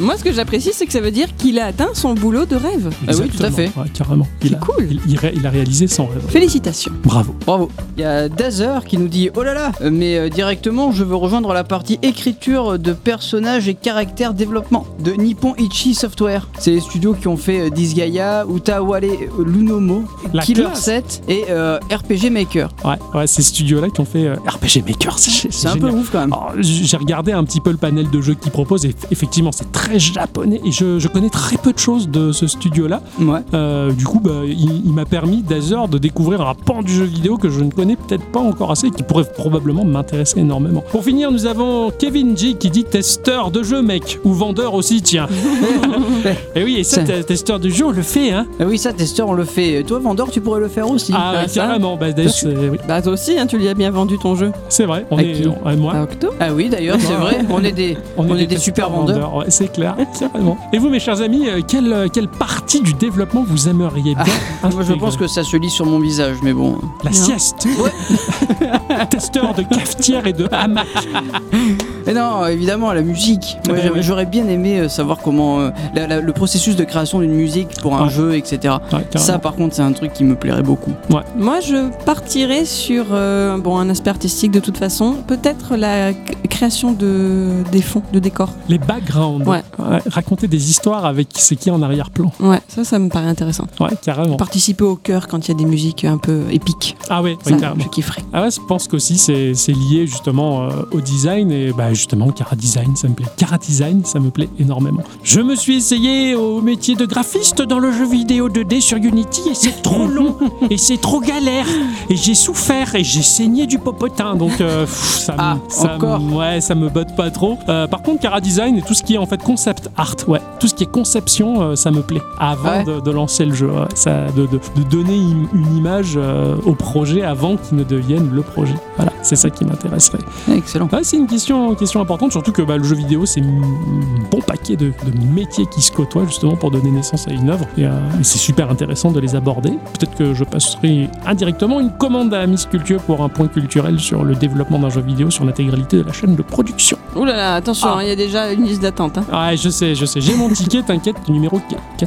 Moi, ce que j'apprécie, c'est que ça veut dire qu'il a atteint son boulot de rêve. Ah oui, tout à fait. Exactement, ouais, carrément. C'est Il a, cool. il, il ré- il a réalisé son rêve. Félicitations. Bravo. Bravo. Il y a Dazer qui nous dit Oh là là Mais euh, directement, je veux rejoindre la partie écriture de personnages et caractères développement de Nippon Ichi Software. C'est les studios qui ont fait euh, Disgaea, Utawale euh, Lunomo, La Killer classe. 7 et euh, RPG Maker. Ouais, ouais, ces studios-là qui ont fait euh, RPG Maker, c'est C'est un peu ouf quand même. Alors, Ah, j- j'ai regardé un petit peu le panel de jeux qu'ils proposent et effectivement c'est très japonais et je, je connais très peu de choses de ce studio là Ouais. du coup bah, il, il m'a permis Dazer de découvrir un pan du jeu vidéo que je ne connais peut-être pas encore assez et qui pourrait probablement m'intéresser énormément pour finir nous avons Kevin G qui dit testeur de jeu mec ou vendeur aussi tiens et oui et ça C'est- te- testeur de jeu on le fait hein Ah oui, ça, testeur, on le fait. Toi, vendeur, tu pourrais le faire aussi. ah ouais, ça. carrément bah, d'ailleurs, c'est oui, Bah, toi aussi, hein, tu lui as bien vendu ton jeu. c'est vrai on À est qui on- ouais, moi À Octo Ah oui, d'ailleurs, c'est vrai. On est des, on est des super vendeurs. ouais, c'est clair, carrément. Et vous, mes chers amis, euh, quelle, euh, quelle partie du développement vous aimeriez bien Ah, Moi, je intégrer pense que Hein ça se lit sur mon visage, mais bon. La Non. sieste Testeur de cafetière et de hamac Et non, évidemment, la musique. Moi, Eh ben j'aurais- oui. j'aurais bien aimé euh, savoir comment euh, la- la- le processus de création d'une musique pour un Ouais. jeu, etc. Ouais, carrément. Ça, par contre, c'est un truc qui me plairait beaucoup. Moi, je partirais sur euh, bon, un aspect artistique de toute façon. Peut-être la c- création de, des fonds, de décors. Les backgrounds. Ouais. raconter des histoires avec c'est qui en arrière-plan. Ouais, ça, ça me paraît intéressant. Ouais, carrément. Participer au cœur quand il y a des musiques un peu épiques. Ah ouais, ouais, Ça, carrément. je kifferais. Ah ouais, je pense qu'aussi c'est c'est lié justement euh, au design et bah justement Cara Design, ça me plaît. Cara Design, ça me plaît énormément. Je me suis essayé au métier de graphiste dans le jeu vidéo 2D sur Unity et c'est trop long et c'est trop galère et j'ai souffert et j'ai saigné du popotin donc euh, pff, ça me, Ah, ça me- encore ouais, ça me botte pas trop. Euh, par contre Cara Design et tout ce qui est en fait concept art, ouais, tout ce qui est conception, euh, ça me plaît. Avant Ouais. de, de lancer le jeu, ouais, ça, de, de- de donner im- une image euh, au projet avant qu'il ne devienne le projet. Voilà, c'est ça qui m'intéresserait. Excellent. Ouais, Ah, c'est une question, une question importante, surtout que bah, le jeu vidéo, c'est un bon paquet de, de métiers qui se côtoient justement pour donner naissance à une œuvre. Et, euh, et c'est super intéressant de les aborder. Peut-être que je passerai indirectement une commande à Miss Culture pour un point culturel sur le développement d'un jeu vidéo sur l'intégralité de la chaîne de production. Ouh là là, attention, Ah. hein, il y a déjà une liste d'attente. hein. Ouais, je sais, je sais. J'ai mon ticket, t'inquiète, numéro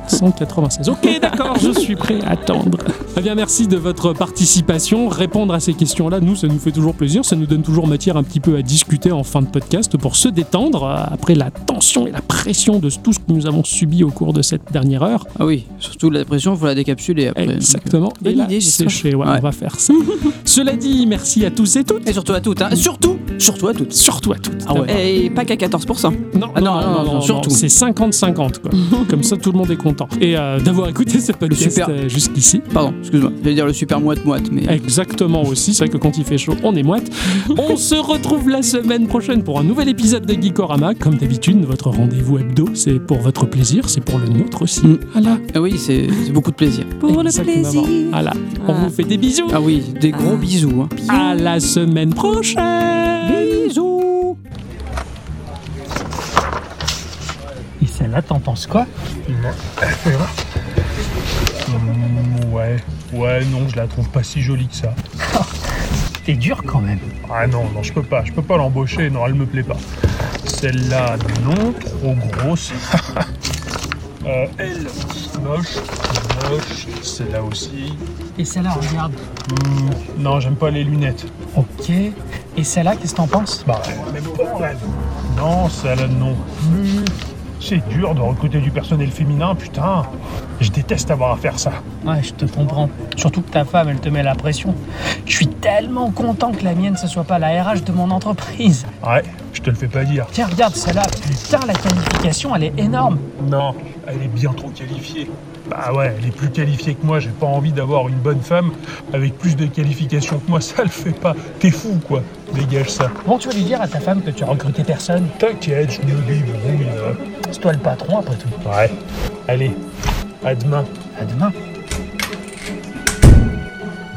496. Ok, d'accord, je suis prêt à attendre. Eh bien, merci de votre participation. Répondre à ces questions-là, nous, ça nous fait toujours plaisir. Ça nous donne toujours matière un petit peu à discuter en fin de podcast pour se détendre euh, après la tension et la pression de tout ce que nous avons subi au cours de cette dernière heure. Ah oui, surtout la pression, faut la décapsuler après. Exactement. Bonne et là, idée, j'ai sécher, ouais, Ouais. on va faire ça. Cela dit, merci à tous et toutes. Et surtout à toutes, hein. Surtout Surtout à toutes. Surtout à toutes. Ah ouais. Et pas qu'à 14%. Non, Ah non, non, non, non, non, non, surtout. non, C'est 50-50, quoi. Comme ça, tout le monde est content. Et euh, d'avoir écouté ce podcast Super. euh, jusqu'ici. Pardon, excuse-moi. J'allais dire le super moite-moite, mais. Exactement aussi. C'est vrai que quand il fait chaud, on est moite. on se retrouve la semaine prochaine pour un nouvel épisode de Geekorama. Comme d'habitude, votre rendez-vous hebdo, c'est pour votre plaisir, c'est pour le nôtre aussi. Mm. Voilà. Ah oui, c'est c'est beaucoup de plaisir. Pour le Exactement. plaisir. Voilà. On Ah. vous fait des bisous. Ah oui, des gros Ah. bisous. hein. À la semaine prochaine. Bisous. Et celle-là, t'en penses quoi Fais voir. Mm, Ouais, ouais, non, je la trouve pas si jolie que ça. T'es dur quand même. Ah non, non, je peux pas, je peux pas l'embaucher, non, elle me plaît pas. Celle-là, non, trop grosse. Euh, elle, moche, moche, celle-là aussi. Et celle-là, regarde. Mm, non, j'aime pas les lunettes. Ok. Et celle-là, qu'est-ce que t'en penses Bah, même pas, ouais. Non, celle-là, non plus. C'est dur de recruter du personnel féminin, putain. Je déteste avoir à faire ça. Ouais, je te comprends. Surtout que ta femme, elle te met la pression. Je suis tellement content que la mienne, ce soit pas la RH de mon entreprise. Ouais, je te le fais pas dire. Tiens, regarde celle-là. Putain, la qualification, elle est énorme. Non, elle est bien trop qualifiée. Bah ouais, elle est plus qualifiée que moi, j'ai pas envie d'avoir une bonne femme avec plus de qualifications que moi, ça le fait pas. T'es fou quoi, dégage ça. Bon, tu vas lui dire à ta femme que tu as recruté personne. T'inquiète, je me débrouille. là. C'est toi le patron, après tout. Ouais, allez, à demain. À demain.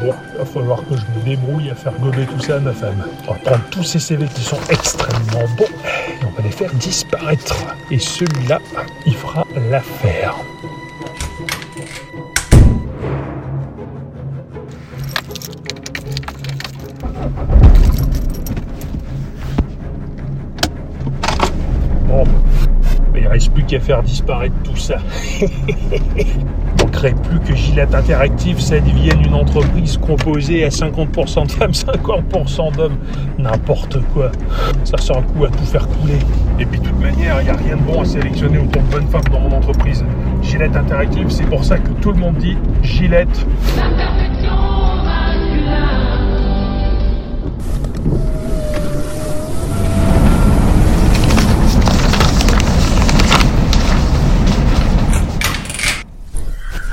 Bon, va falloir que je me débrouille à faire gober tout ça à ma femme. On va prendre tous ces CV qui sont extrêmement bons et on va les faire disparaître. Et celui-là, il fera l'affaire. Bon, mais il reste plus qu'à faire disparaître tout ça manquerait plus que Gillette Interactive, ça devienne une entreprise composée à 50% de femmes, 50% d'hommes. N'importe quoi. Ça sent un coup à tout faire couler. Et puis, de toute manière, il n'y a rien de bon à sélectionner autant de bonnes femmes dans mon entreprise. Gillette Interactive, c'est pour ça que tout le monde dit Gillette.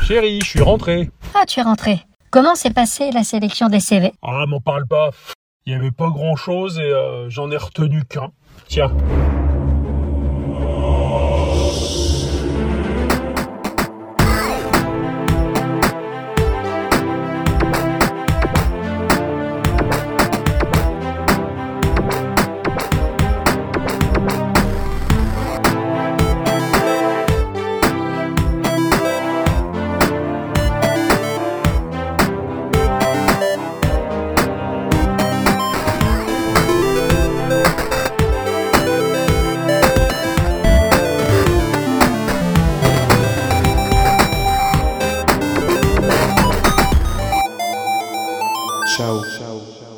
Chérie, je suis rentré. Ah, tu es rentré. Comment s'est passée la sélection des CV Ah, m'en parle pas. Il n'y avait pas grand chose et euh, j'en ai retenu qu'un. Tiens. Ciao. Ciao.